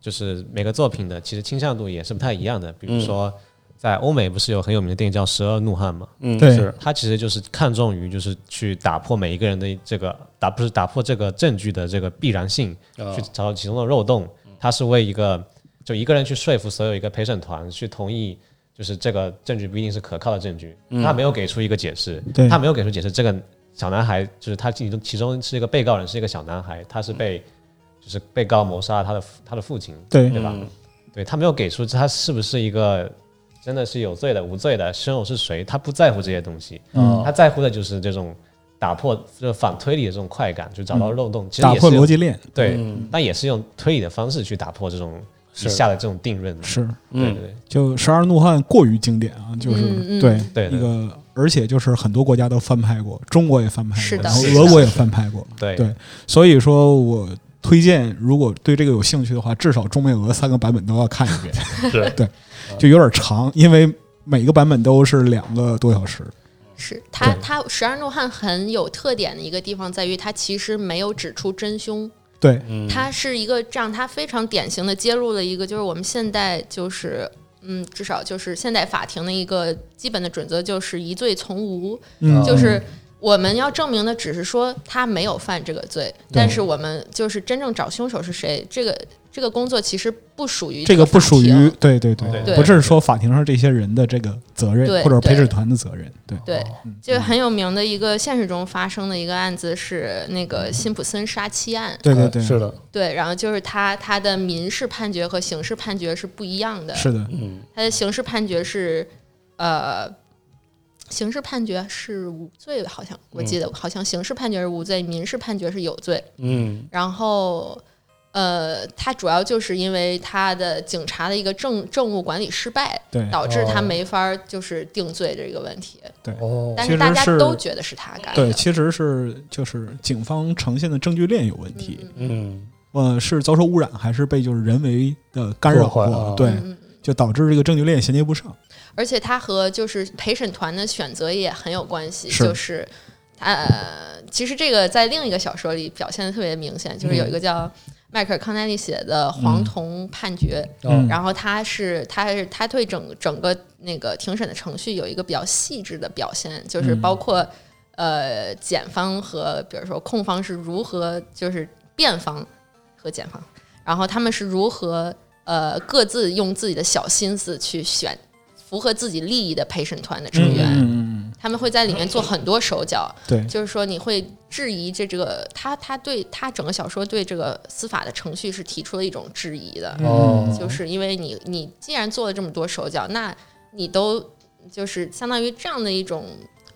Speaker 4: 就是每个作品的其实倾向度也是不太一样的。
Speaker 1: 嗯
Speaker 4: 比如说，在欧美不是有很有名的电影叫《十二怒汉》嘛，
Speaker 1: 嗯，
Speaker 2: 对
Speaker 1: 是
Speaker 4: 它其实就是看重于就是去打破每一个人的这个打不是打破这个证据的这个必然性，去找到其中的漏洞。它是为一个就一个人去说服所有一个陪审团去同意。就是这个证据不一定是可靠的证据，他没有给出一个解释，
Speaker 2: 对
Speaker 4: 他没有给出解释。这个小男孩就是他其中其中是一个被告人，是一个小男孩，他是被、就是被告谋杀了他的父他的父亲，
Speaker 2: 对
Speaker 4: 对吧？
Speaker 1: 嗯
Speaker 4: 对他没有给出他是不是一个真的是有罪的、无罪的，凶手是谁，他不在乎这些东西，
Speaker 1: 嗯
Speaker 4: 他在乎的就是这种打破就是反推理的这种快感，就找到漏洞，其实
Speaker 2: 嗯打
Speaker 4: 也
Speaker 2: 破
Speaker 4: 是
Speaker 2: 逻
Speaker 4: 用
Speaker 2: 辑链
Speaker 4: 对，
Speaker 1: 嗯
Speaker 4: 但也是用推理的方式去打破这种一下的这种定论，
Speaker 2: 是
Speaker 4: 对
Speaker 1: 嗯
Speaker 4: 对
Speaker 2: 就《十二怒汉》过于经典啊，就是、
Speaker 3: 嗯嗯
Speaker 2: 对
Speaker 4: 对
Speaker 2: 一
Speaker 4: 对
Speaker 2: 个，而且就是很多国家都翻拍过，中国也翻拍过，
Speaker 3: 是的
Speaker 2: 然后
Speaker 3: 是的
Speaker 2: 俄国也翻拍过，
Speaker 4: 对
Speaker 2: 对所以说我推荐，如果对这个有兴趣的话，至少中美俄三个版本都要看一 遍，
Speaker 1: 是
Speaker 2: 就有点长，因为每个版本都是两个多小时。
Speaker 3: 是他
Speaker 4: 对
Speaker 3: 他十二怒汉很有特点的一个地方在于，他其实没有指出真凶，
Speaker 2: 对，
Speaker 1: 嗯
Speaker 3: 它是一个这样，它非常典型的揭露了一个，就是我们现代就是。嗯，至少就是现代法庭的一个基本的准则，就是疑罪从无，
Speaker 2: 嗯，
Speaker 3: 就是我们要证明的只是说他没有犯这个罪，但是我们就是真正找凶手是谁，这个这个工作其实不属于
Speaker 2: 这
Speaker 3: 个
Speaker 2: 个不属
Speaker 3: 法庭
Speaker 2: 于，对对对，
Speaker 4: 对
Speaker 3: 对
Speaker 2: 不是说法庭上这些人的这个责任
Speaker 3: 对
Speaker 2: 或者陪
Speaker 3: 对
Speaker 2: 审团的责任，对
Speaker 3: 对，就很有名的一个现实中发生的一个案子是那个辛普森杀妻案，
Speaker 2: 对对对，
Speaker 1: 是的，
Speaker 3: 对，然后就是他他的民事判决和刑事判决是不一样的，
Speaker 2: 是的，
Speaker 1: 嗯
Speaker 3: 他的刑事判决是，呃，刑事判决是无罪的，好像我记得、好像刑事判决是无罪，民事判决是有罪。
Speaker 1: 嗯
Speaker 3: 然后，呃，他主要就是因为他的警察的一个政政务管理失败，
Speaker 2: 对
Speaker 3: 导致他
Speaker 1: 哦
Speaker 3: 没法儿就是定罪这个问题。
Speaker 1: 哦
Speaker 3: 但
Speaker 2: 其
Speaker 3: 是
Speaker 2: 实
Speaker 3: 大家
Speaker 2: 是
Speaker 3: 都觉得是他干的，
Speaker 2: 对，其实是就是警方呈现的证据链有问题，
Speaker 3: 嗯
Speaker 1: 嗯
Speaker 2: 呃，是遭受污染还是被就是人为的干扰
Speaker 1: 破坏
Speaker 2: 过
Speaker 1: 啊？
Speaker 2: 对，
Speaker 3: 嗯嗯
Speaker 2: 就导致这个证据链衔接不上。
Speaker 3: 而且他和就是陪审团的选择也很有关系，
Speaker 2: 是
Speaker 3: 就是呃，其实这个在另一个小说里表现的特别明显，就是有一个叫迈克尔康奈利写的《黄铜判决》，
Speaker 1: 哦
Speaker 2: 嗯
Speaker 3: 然后他是他是他对整整个那个庭审的程序有一个比较细致的表现，就是
Speaker 2: 嗯
Speaker 3: 包括、呃检方和比如说控方是如何就是辩方和检方，然后他们是如何呃各自用自己的小心思去选符合自己利益的陪审团的成员，
Speaker 2: 嗯嗯
Speaker 3: 他们会在里面做很多手脚，
Speaker 2: 对
Speaker 3: 就是说你会质疑这这个他他对他整个小说对这个司法的程序是提出了一种质疑的，
Speaker 1: 哦
Speaker 3: 就是因为你你既然做了这么多手脚，那你都就是相当于这样的一种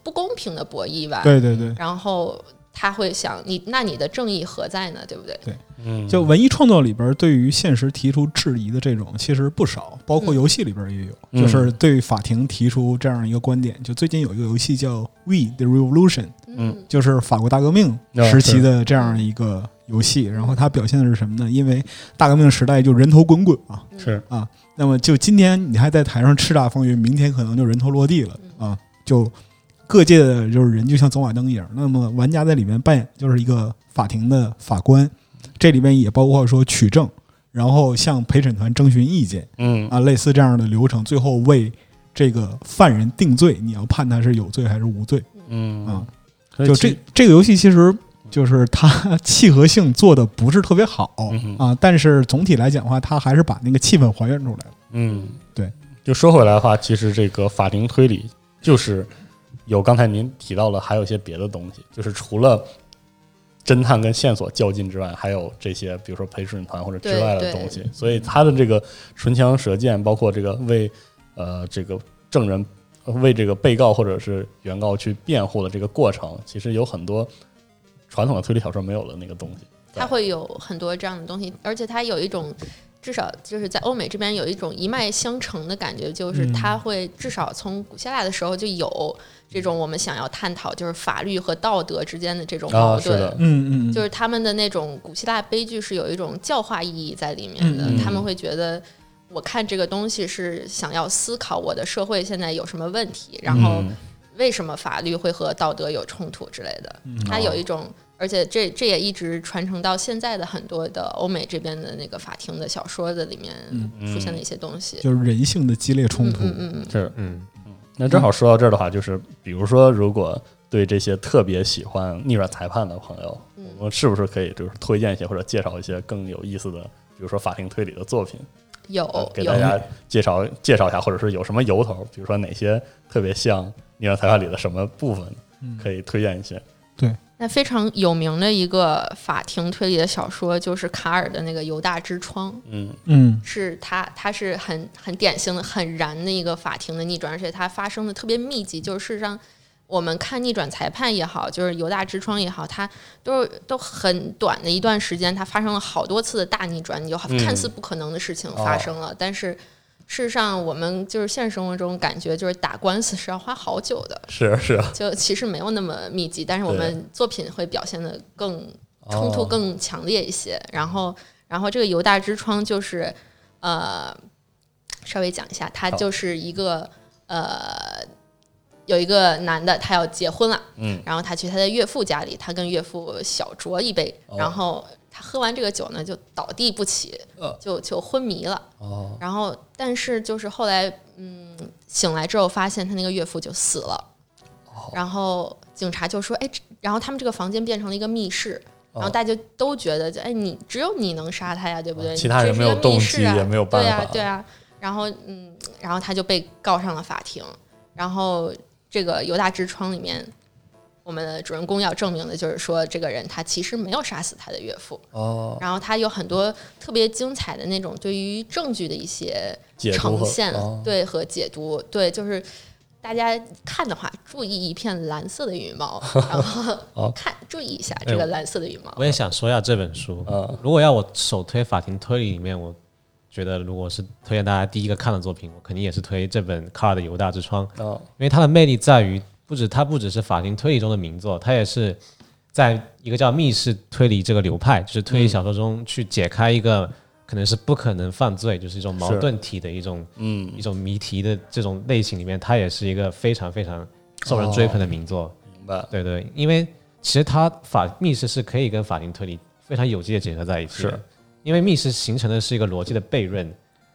Speaker 3: 不公平的博弈吧，
Speaker 2: 对对对，
Speaker 3: 然后他会想你，那你的正义何在呢？对不对？
Speaker 1: 嗯，
Speaker 2: 就文艺创作里边对于现实提出质疑的这种其实不少，包括游戏里边也有，
Speaker 1: 嗯
Speaker 2: 就是对法庭提出这样一个观点。就最近有一个游戏叫《We the Revolution》，
Speaker 1: 嗯
Speaker 2: 就是法国大革命
Speaker 1: 啊
Speaker 2: 时期
Speaker 1: 是
Speaker 2: 的这样一个游戏。然后它表现的是什么呢？因为大革命时代就人头滚滚嘛，
Speaker 3: 嗯
Speaker 1: 是
Speaker 2: 那么就今天你还在台上叱咤风云，明天可能就人头落地了
Speaker 1: 嗯
Speaker 2: 啊！就各界的就是人就像走马灯一样。那么玩家在里面扮演就是一个法庭的法官，这里面也包括说取证，然后向陪审团征询意见
Speaker 1: 嗯
Speaker 2: 啊，类似这样的流程，最后为这个犯人定罪，你要判他是有罪还是无罪
Speaker 1: 嗯
Speaker 2: 啊？
Speaker 1: 所以
Speaker 2: 就
Speaker 1: 其
Speaker 2: 这这个游戏其实就是它 契合性做的不是特别好
Speaker 1: 嗯哼
Speaker 2: 啊，但是总体来讲的话，它还是把那个气氛还原出来了。
Speaker 1: 嗯，
Speaker 2: 对。
Speaker 1: 就说回来的话，其实这个法庭推理就是有刚才您提到了，还有一些别的东西，就是除了侦探跟线索较劲之外，还有这些比如说陪审团或者之外的
Speaker 3: 对对
Speaker 1: 东西。所以他的这个唇枪舌剑，包括这个为呃这个证人呃为这个被告或者是原告去辩护的这个过程，其实有很多传统的推理小说没有的那个东西。
Speaker 3: 它会有很多这样的东西，而且它有一种，至少就是在欧美这边有一种一脉相承的感觉，就是
Speaker 2: 嗯
Speaker 3: 它会至少从古希腊的时候就有这种我们想要探讨就是法律和道德之间的这种
Speaker 1: 啊，
Speaker 3: 矛
Speaker 1: 是
Speaker 3: 盾。
Speaker 1: 的，
Speaker 2: 嗯嗯，
Speaker 3: 就是他们的那种古希腊悲剧是有一种教化意义在里面的，
Speaker 2: 嗯
Speaker 1: 嗯
Speaker 3: 他们会觉得我看这个东西是想要思考我的社会现在有什么问题，然后
Speaker 1: 嗯
Speaker 3: 为什么法律会和道德有冲突之类的。
Speaker 2: 嗯
Speaker 3: 它
Speaker 2: 哦
Speaker 3: 有一种，而且这这也一直传承到现在的很多的欧美这边的那个法庭的小说的里面出现的
Speaker 1: 嗯
Speaker 3: 一些东西。
Speaker 2: 嗯就是人性的激烈冲
Speaker 3: 嗯
Speaker 2: 突。
Speaker 3: 嗯嗯嗯，
Speaker 1: 是
Speaker 4: 嗯，
Speaker 1: 那正好说到这儿的话，就是比如说，如果对这些特别喜欢逆转裁判的朋友，
Speaker 3: 嗯
Speaker 1: 我们是不是可以就是推荐一些或者介绍一些更有意思的，比如说法庭推理的作品，
Speaker 3: 有
Speaker 1: 嗯给
Speaker 3: 哦有
Speaker 1: 大。家介绍介绍一下，或者是有什么由头，比如说哪些特别像逆转裁判里的什么部分，
Speaker 4: 嗯
Speaker 1: 可以推荐一些。
Speaker 3: 那非常有名的一个法庭推理的小说就是卡尔的那个《犹大之窗》。
Speaker 1: 嗯
Speaker 2: 嗯
Speaker 3: 是它，它是很很典型的、很燃的一个法庭的逆转，而且它发生的特别密集。就是事实上，我们看逆转裁判也好，就是犹大之窗也好，它都是都很短的一段时间，它发生了好多次的大逆转，有
Speaker 1: 嗯
Speaker 3: 看似不可能的事情发生了，但是。事实上，我们就是现实生活中感觉就是打官司是要花好久的，
Speaker 1: 是啊是，
Speaker 3: 就其实没有那么密集，但是我们作品会表现的更冲突
Speaker 1: 哦
Speaker 3: 更强烈一些。然后，然后这个犹大之窗就是，呃，稍微讲一下，他
Speaker 1: 好
Speaker 3: 就是一个呃，有一个男的，他要结婚了，
Speaker 1: 嗯
Speaker 3: 然后他去他的岳父家里，他跟岳父小酌一杯，
Speaker 1: 哦
Speaker 3: 然后他喝完这个酒呢，就倒地不起
Speaker 1: 呃，
Speaker 3: 就就昏迷了。
Speaker 1: 哦
Speaker 3: 然后，但是就是后来，嗯，醒来之后发现他那个岳父就死了，
Speaker 1: 哦
Speaker 3: 然后警察就说，哎，这然后他们这个房间变成了一个密室，然后
Speaker 1: 哦
Speaker 3: 大家都觉得，就哎，你只有你能杀他呀，对不对？
Speaker 1: 其他人
Speaker 3: 这
Speaker 1: 没
Speaker 3: 是一
Speaker 1: 有
Speaker 3: 个
Speaker 1: 动
Speaker 3: 密室
Speaker 1: 机
Speaker 3: 啊
Speaker 1: 也没有办
Speaker 3: 对
Speaker 1: 法
Speaker 3: 啊，对啊。然后，嗯，然后他就被告上了法庭。然后这个犹大之窗里面，我们的主人公要证明的就是说，这个人他其实没有杀死他的岳父。
Speaker 1: 哦，
Speaker 3: 然后他有很多特别精彩的那种对于证据的一些
Speaker 1: 解读
Speaker 3: 呈
Speaker 1: 和
Speaker 3: 现，
Speaker 1: 哦
Speaker 3: 对和解读，对，就是大家看的话，注意一片蓝色的羽 毛，然后
Speaker 1: 哦
Speaker 3: 看注意一下这个蓝色的羽
Speaker 1: 哎
Speaker 3: 毛。
Speaker 4: 我也想说一下这本书。
Speaker 1: 嗯
Speaker 4: 如果要我首推法庭推理里面，我觉得如果是推荐大家第一个看的作品，我肯定也是推这本卡尔的《犹大之窗》。
Speaker 1: 哦
Speaker 4: 因为它的魅力在于，不止它不只是法庭推理中的名作，它也是在一个叫密室推理这个流派，就是推理小说中去解开一个可能是不可能犯罪，就是一种矛盾体的一种
Speaker 1: 嗯
Speaker 4: 一种谜题的这种类型里面，它也是一个非常非常受人追捧的名作。
Speaker 1: 明白
Speaker 4: 对对，因为其实它法密室是可以跟法庭推理非常有机的结合在一起的
Speaker 1: 是
Speaker 4: 因为密室形成的是一个逻辑的悖论，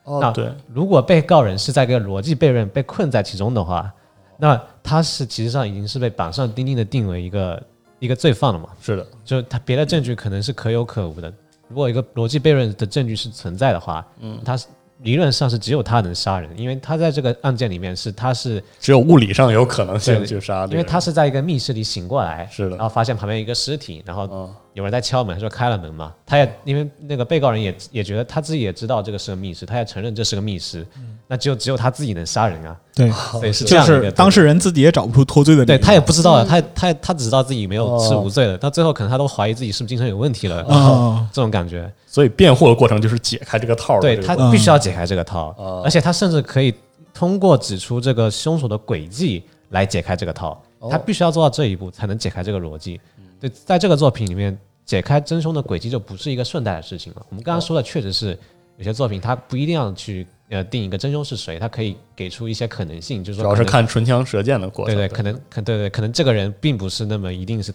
Speaker 1: 哦
Speaker 4: 那
Speaker 1: 对
Speaker 4: 如果被告人是在一个逻辑悖论被困在其中的话，那他是其实上已经是被板上钉钉的定为一个一个罪犯了嘛？
Speaker 1: 是的
Speaker 4: 就是他别的证据可能是可有可无的。如果一个逻辑悖论的证据是存在的话，嗯，他是理论上是只有他能杀人，因为他在这个案件里面是他是
Speaker 1: 只有物理上有可能性
Speaker 4: 对
Speaker 1: 去杀这
Speaker 4: 因啊
Speaker 1: 个人，
Speaker 4: 为他是在一个密室里醒过来，
Speaker 1: 是的
Speaker 4: 然后发现旁边有一个尸体，然后
Speaker 1: 哦
Speaker 4: 有人在敲门，他说开了门嘛，他也因为那个被告人也也觉得他自己也知道这个是个密室，他也承认这是个密室，那只有只有他自己能杀人啊，
Speaker 2: 对，
Speaker 4: 所以是这
Speaker 2: 就
Speaker 4: 样一
Speaker 2: 是
Speaker 4: 个
Speaker 2: 当事人自己也找不出脱罪的理
Speaker 4: 对
Speaker 2: 由。
Speaker 4: 他也不知道啊，他他他只知道自己没有是
Speaker 1: 哦
Speaker 4: 无罪的，到最后可能他都怀疑自己是不是精神有问题了，
Speaker 2: 啊，
Speaker 4: 这种感觉。
Speaker 1: 所以辩护的过程就是解开这个套儿的
Speaker 4: 对
Speaker 1: 这个
Speaker 4: 他
Speaker 1: 过程。
Speaker 4: 必须要解开这个套
Speaker 1: 哦，
Speaker 4: 而且他甚至可以通过指出这个凶手的轨迹来解开这个套
Speaker 1: 哦，嗯
Speaker 4: 他必须要做到这一步才能解开这个逻辑。对，在这个作品里面，解开真凶的轨迹就不是一个顺带的事情了。我们
Speaker 1: 哦
Speaker 4: 刚刚说的确实是有些作品，它不一定要去呃定一个真凶是谁，它可以给出一些可能性，就是
Speaker 1: 主
Speaker 4: 说
Speaker 1: 要是
Speaker 4: 可能
Speaker 1: 看唇枪舌剑的过程。
Speaker 4: 对对，可能可对对，可能这个人并不是那么一定是，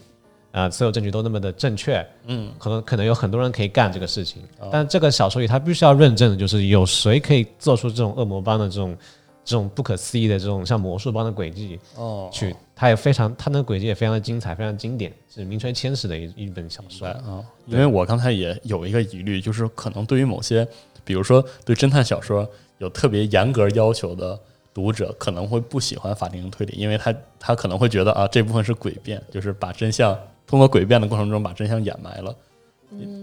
Speaker 4: 呃，所有证据都那么的正确，嗯，可能可能有很多人可以干这个事情，
Speaker 1: 哦
Speaker 4: 但这个小说里他必须要认证的就是有谁可以做出这种恶魔般的这种这种不可思议的这种像魔术般的轨迹
Speaker 1: 哦，
Speaker 4: 去，他也非常他那个轨迹也非常的精彩，非常经典，是名垂千史的一一本小说
Speaker 1: 对，啊，因为我刚才也有一个疑虑，就是可能对于某些，比如说对侦探小说有特别严格要求的读者，可能会不喜欢法庭推理，因为他他可能会觉得啊，这部分是诡辩，就是把真相通过诡辩的过程中把真相掩埋了。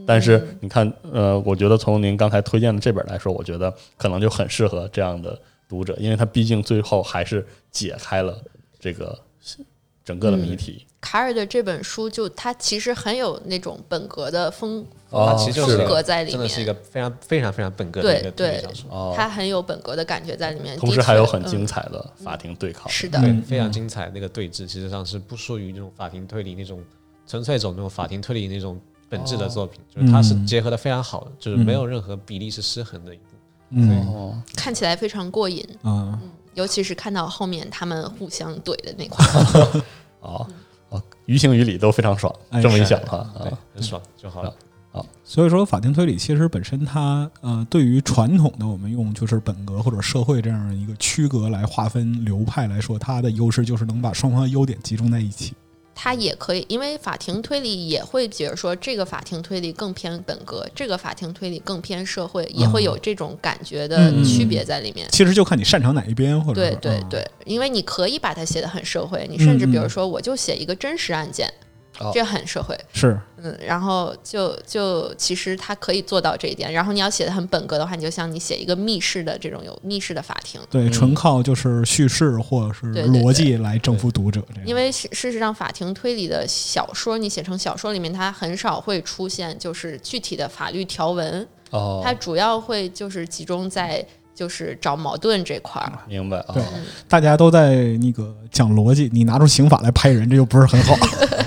Speaker 1: 但是你看，呃，我觉得从您刚才推荐的这本来说，我觉得可能就很适合这样的读者，因为他毕竟最后还是解开了这个整个的
Speaker 4: 嗯
Speaker 1: 谜题。
Speaker 3: 卡尔的这本书就它其实很有那种本格的风
Speaker 1: 哦，
Speaker 4: 其实就是是
Speaker 3: 风
Speaker 4: 的
Speaker 3: 格在里
Speaker 4: 真
Speaker 3: 面
Speaker 4: 的，是一个非常非常非常本格的
Speaker 3: 对
Speaker 4: 一个推理
Speaker 3: 对
Speaker 4: 小说，
Speaker 1: 哦，
Speaker 3: 它很有本格的感觉在里面。
Speaker 1: 同时
Speaker 3: 的确
Speaker 1: 还有很精
Speaker 3: 嗯
Speaker 1: 彩的法庭对抗。
Speaker 3: 是的，
Speaker 4: 对
Speaker 2: 嗯，
Speaker 4: 非常精彩。那个对峙，其实上是不输于那种法庭推理那种纯粹走那种法庭推理那种本质的作品，就是它是结合的非常好的，就是没有任何比例是失衡的一部。
Speaker 2: 嗯
Speaker 1: 哦，
Speaker 3: 看起来非常过瘾，
Speaker 2: 啊，
Speaker 3: 尤其是看到后面他们互相怼的那块儿。
Speaker 1: 哦，哦，于情于理都非常爽，
Speaker 2: 哎
Speaker 1: 这么一
Speaker 4: 是
Speaker 1: 想哈，
Speaker 4: 对
Speaker 1: 啊，，
Speaker 4: 很爽就好了。
Speaker 2: 所以说法庭推理其实本身它呃，对于传统的我们用就是本格或者社会这样一个区隔来划分流派来说，它的优势就是能把双方的优点集中在一起。
Speaker 3: 它也可以，因为法庭推理也会觉得说，这个法庭推理更偏本格，这个法庭推理更偏社会，也会有这种感觉的
Speaker 2: 嗯
Speaker 3: 区别在里面。
Speaker 2: 其实就看你擅长哪一边，或者
Speaker 3: 对
Speaker 2: 是
Speaker 3: 对
Speaker 2: 啊
Speaker 3: 对，因为你可以把它写得很社会，你甚至比
Speaker 2: 嗯
Speaker 3: 如
Speaker 2: 嗯
Speaker 3: 说，我就写一个真实案件，
Speaker 1: 哦
Speaker 3: 这很社会。
Speaker 2: 是
Speaker 3: 嗯，然后就就其实它可以做到这一点。然后你要写的很本格的话，你就像你写一个密室的这种有密室的法庭，
Speaker 2: 对，
Speaker 1: 嗯
Speaker 2: 纯靠就是叙事或者是
Speaker 3: 对对对
Speaker 2: 逻辑来征服读者这样。
Speaker 3: 因为事事实上法庭推理的小说，你写成小说里面，它很少会出现就是具体的法律条文，
Speaker 1: 哦，
Speaker 3: 它主要会就是集中在就是找矛盾这块儿。
Speaker 1: 明白啊
Speaker 2: 对，
Speaker 3: 嗯
Speaker 2: 大家都在那个讲逻辑，你拿出刑法来拍人，这就不是 很好。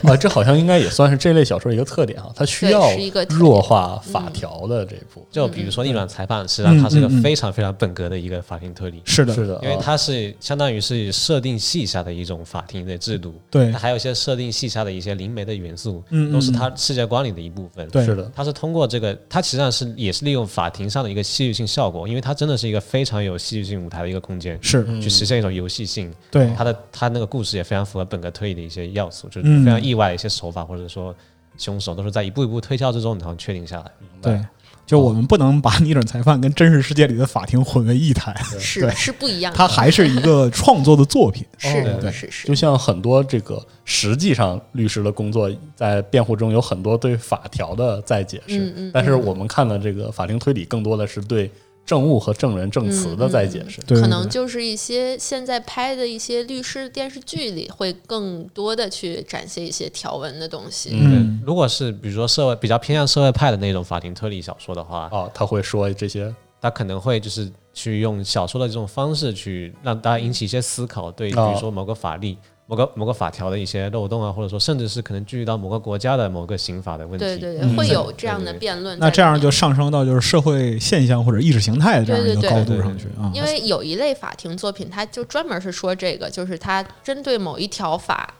Speaker 1: 啊，这好像应该也算是这类小说一个特点啊，它需
Speaker 3: 对
Speaker 1: 要
Speaker 3: 是一个特点嗯
Speaker 1: 弱化法条的这一部分。
Speaker 4: 就比如说《逆转裁判》，实际
Speaker 2: 嗯
Speaker 4: 上它是一个非常非常本格的一个法庭推理，
Speaker 2: 是的，
Speaker 1: 是的，
Speaker 4: 因为
Speaker 1: 啊
Speaker 4: 它是相当于是设定系下的一种法庭的制度，
Speaker 2: 对
Speaker 4: 它，还有一些设定系下的一些灵媒的元素，
Speaker 2: 嗯，嗯
Speaker 4: 都是
Speaker 2: 嗯
Speaker 4: 它世界观里的一部分。
Speaker 2: 对
Speaker 1: 是的，
Speaker 4: 它是通过这个，它实际上是也是利用法庭上的一个戏剧性效果，因为它真的是一个非常有戏剧性舞台的一个空间，
Speaker 2: 是
Speaker 1: 嗯
Speaker 4: 去实现一种游戏性。
Speaker 2: 对
Speaker 4: 它的它那个故事也非常符合本格推理的一些要素，就是
Speaker 2: 嗯
Speaker 4: 非常意外的一些手法，或者说凶手都是在一步一步推敲之中，然后确定下来。
Speaker 2: 对。就我们不能把逆转裁判跟真实世界里的法庭混为一谈，
Speaker 3: 是
Speaker 2: 对
Speaker 3: 是不一样的，
Speaker 2: 它还是一个创作的作 品。
Speaker 3: 是
Speaker 1: 哦
Speaker 2: 对
Speaker 3: 是是
Speaker 1: 就像很多这个实际上律师的工作，在辩护中有很多对法条的再解释，
Speaker 3: 嗯嗯
Speaker 1: 但是我们看的这个法庭推理更多的是对证物和证人证词的再解释。
Speaker 2: 对，
Speaker 3: 可能就是一些现在拍的一些律师电视剧里会更多的去展现一些条文的东西。
Speaker 1: 嗯
Speaker 2: 嗯
Speaker 4: 对如果是比如说社会比较偏向社会派的那种法庭推理小说的话，
Speaker 1: 哦，他会说这些
Speaker 4: 他可能会就是去用小说的这种方式去让大家引起一些思考，对，比
Speaker 1: 哦
Speaker 4: 如说某个法律、某个某个法条的一些漏洞啊，或者说甚至是可能注意到某个国家的某个刑法的问题。
Speaker 3: 对对对，
Speaker 2: 嗯
Speaker 3: 会
Speaker 4: 对
Speaker 3: 有这样的
Speaker 4: 对对
Speaker 3: 辩论在里面。
Speaker 2: 那这样就上升到就是社会现象或者意识形态的这样一个
Speaker 3: 对对对
Speaker 2: 高度上去啊。
Speaker 3: 因为有一类法庭作品，它就专门是说这个，就是它针对某一条法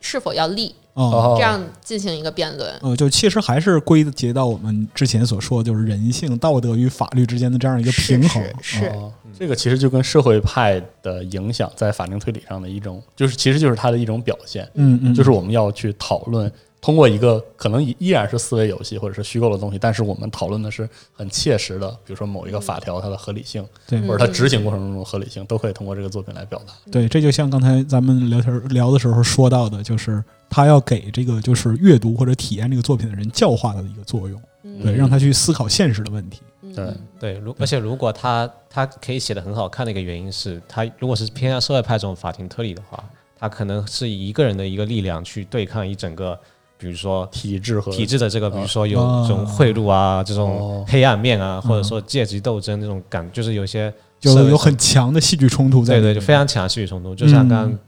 Speaker 3: 是否要立，
Speaker 2: 哦，
Speaker 1: 哦
Speaker 3: 这样进行一个辩论。
Speaker 2: 呃，就其实还是归结到我们之前所说，就是人性、道德与法律之间的这样一个
Speaker 3: 是
Speaker 2: 平衡。啊
Speaker 3: 是是，
Speaker 1: 哦，这个其实就跟社会派的影响在法庭推理上的一种，就是其实就是它的一种表现，
Speaker 2: 嗯嗯，
Speaker 1: 就是我们要去讨论通过一个可能依依然是思维游戏或者是虚构的东西，但是我们讨论的是很切实的，比如说某一个法条它的合理性，
Speaker 2: 对
Speaker 3: 嗯
Speaker 1: 或者它执行过程中的合理性，都可以通过这个作品来表达。
Speaker 2: 对，这就像刚才咱们聊天聊的时候说到的，就是他要给这个就是阅读或者体验这个作品的人教化的一个作用，
Speaker 3: 嗯
Speaker 2: 对，让他去思考现实的问题。
Speaker 1: 对，
Speaker 4: 对，如而且如果他他可以写的很好看的一个原因是，他如果是偏向社会派这种法庭推理的话，他可能是以一个人的一个力量去对抗一整个，比如说
Speaker 1: 体制和
Speaker 4: 体制的这个，比如说有
Speaker 2: 哦嗯
Speaker 4: 这种贿赂啊，这
Speaker 1: 哦
Speaker 4: 种黑暗面啊，或者说阶级斗争这种感，就是有些社
Speaker 2: 就
Speaker 4: 会
Speaker 2: 有
Speaker 4: 上
Speaker 2: 很强的戏剧冲突在
Speaker 4: 对
Speaker 2: 里面，
Speaker 4: 对，就非常强的戏剧冲突，就像刚
Speaker 2: 嗯
Speaker 4: 刚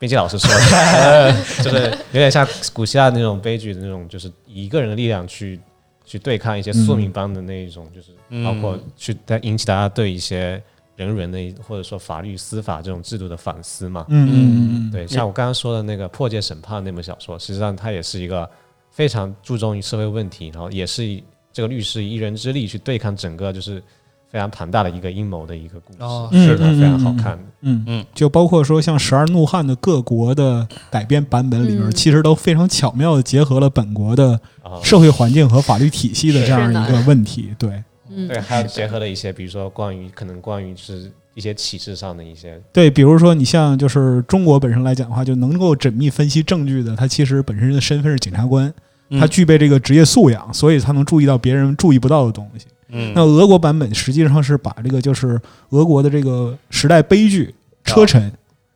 Speaker 4: 编辑老师 说的，就是有点像古希腊那种悲剧的那种，就是以一个人的力量去去对抗一些宿命般的那一种，就是
Speaker 1: 嗯
Speaker 4: 包括去带引起大家对一些人伦的一或者说法律司法这种制度的反思嘛。
Speaker 2: 嗯嗯嗯，嗯，
Speaker 4: 对，像我刚刚说的那个《破戒审判》那本小说，实际上它也是一个非常注重于社会问题，然后也是以这个律师以一人之力去对抗整个就是非常庞大的一个阴谋的一个故事，
Speaker 1: 哦
Speaker 4: 是的，
Speaker 2: 嗯嗯
Speaker 4: 非常好
Speaker 2: 嗯嗯
Speaker 4: 看的。
Speaker 2: 嗯
Speaker 1: 嗯，
Speaker 2: 就包括说像《十二怒汉》的各国的改编版本里边，
Speaker 3: 嗯
Speaker 2: 其实都非常巧妙的结合了本国的
Speaker 4: 啊。
Speaker 2: 社会环境和法律体系的这样一
Speaker 3: 是
Speaker 2: 个
Speaker 3: 的
Speaker 2: 问题。对
Speaker 3: 嗯
Speaker 4: 对，啊还有结合了一些，比如说关于可能关于是一些启示上的一些，
Speaker 2: 对，比如说你像就是中国本身来讲的话，就能够缜密分析证据的，他其实本身的身份是检察官，
Speaker 1: 嗯
Speaker 2: 他具备这个职业素养，所以他能注意到别人注意不到的东西。
Speaker 1: 嗯
Speaker 2: 那俄国版本实际上是把这个就是俄国的这个时代悲剧车臣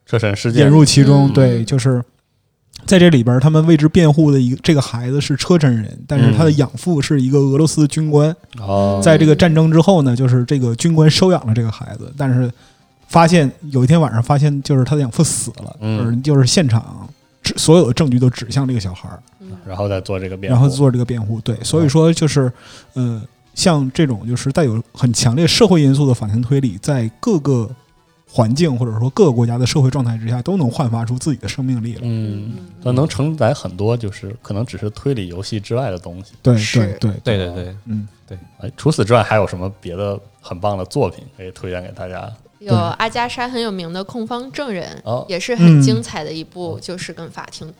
Speaker 1: 车臣啊事
Speaker 2: 引
Speaker 1: 件，
Speaker 2: 入其中，
Speaker 3: 嗯
Speaker 2: 对，就是在这里边儿，他们为之辩护的一个这个孩子是车臣人，但是他
Speaker 1: 嗯
Speaker 2: 的养父是一个俄罗斯的军官，
Speaker 1: 哦，
Speaker 2: 在这个战争之后呢，就是这个军官收养了这个孩子，但是发现有一天晚上发现就是他的养父死了，
Speaker 1: 嗯
Speaker 2: 而就是现场指所有的证据都指向这个小孩儿，
Speaker 3: 嗯
Speaker 1: 然后再做这个辩护，
Speaker 2: 然后做这个辩哦护，对，所以说就是呃，像这种就是带有很强烈社会因素的法庭推理，在各个。环境或者说各个国家的社会状态之下，都能焕发出自己的生命力来。
Speaker 1: 嗯，它能承载很多，就是可能只是推理游戏之外的东西。
Speaker 2: 对
Speaker 3: 是
Speaker 2: 对对，
Speaker 4: 对对对，
Speaker 2: 嗯，
Speaker 1: 哎，除此之外还有什么别的很棒的作品可以推荐给大家？
Speaker 3: 有阿加莎很有名的《控方证人
Speaker 1: 哦》，
Speaker 3: 也是很
Speaker 2: 嗯
Speaker 3: 精彩的一部，就是跟法庭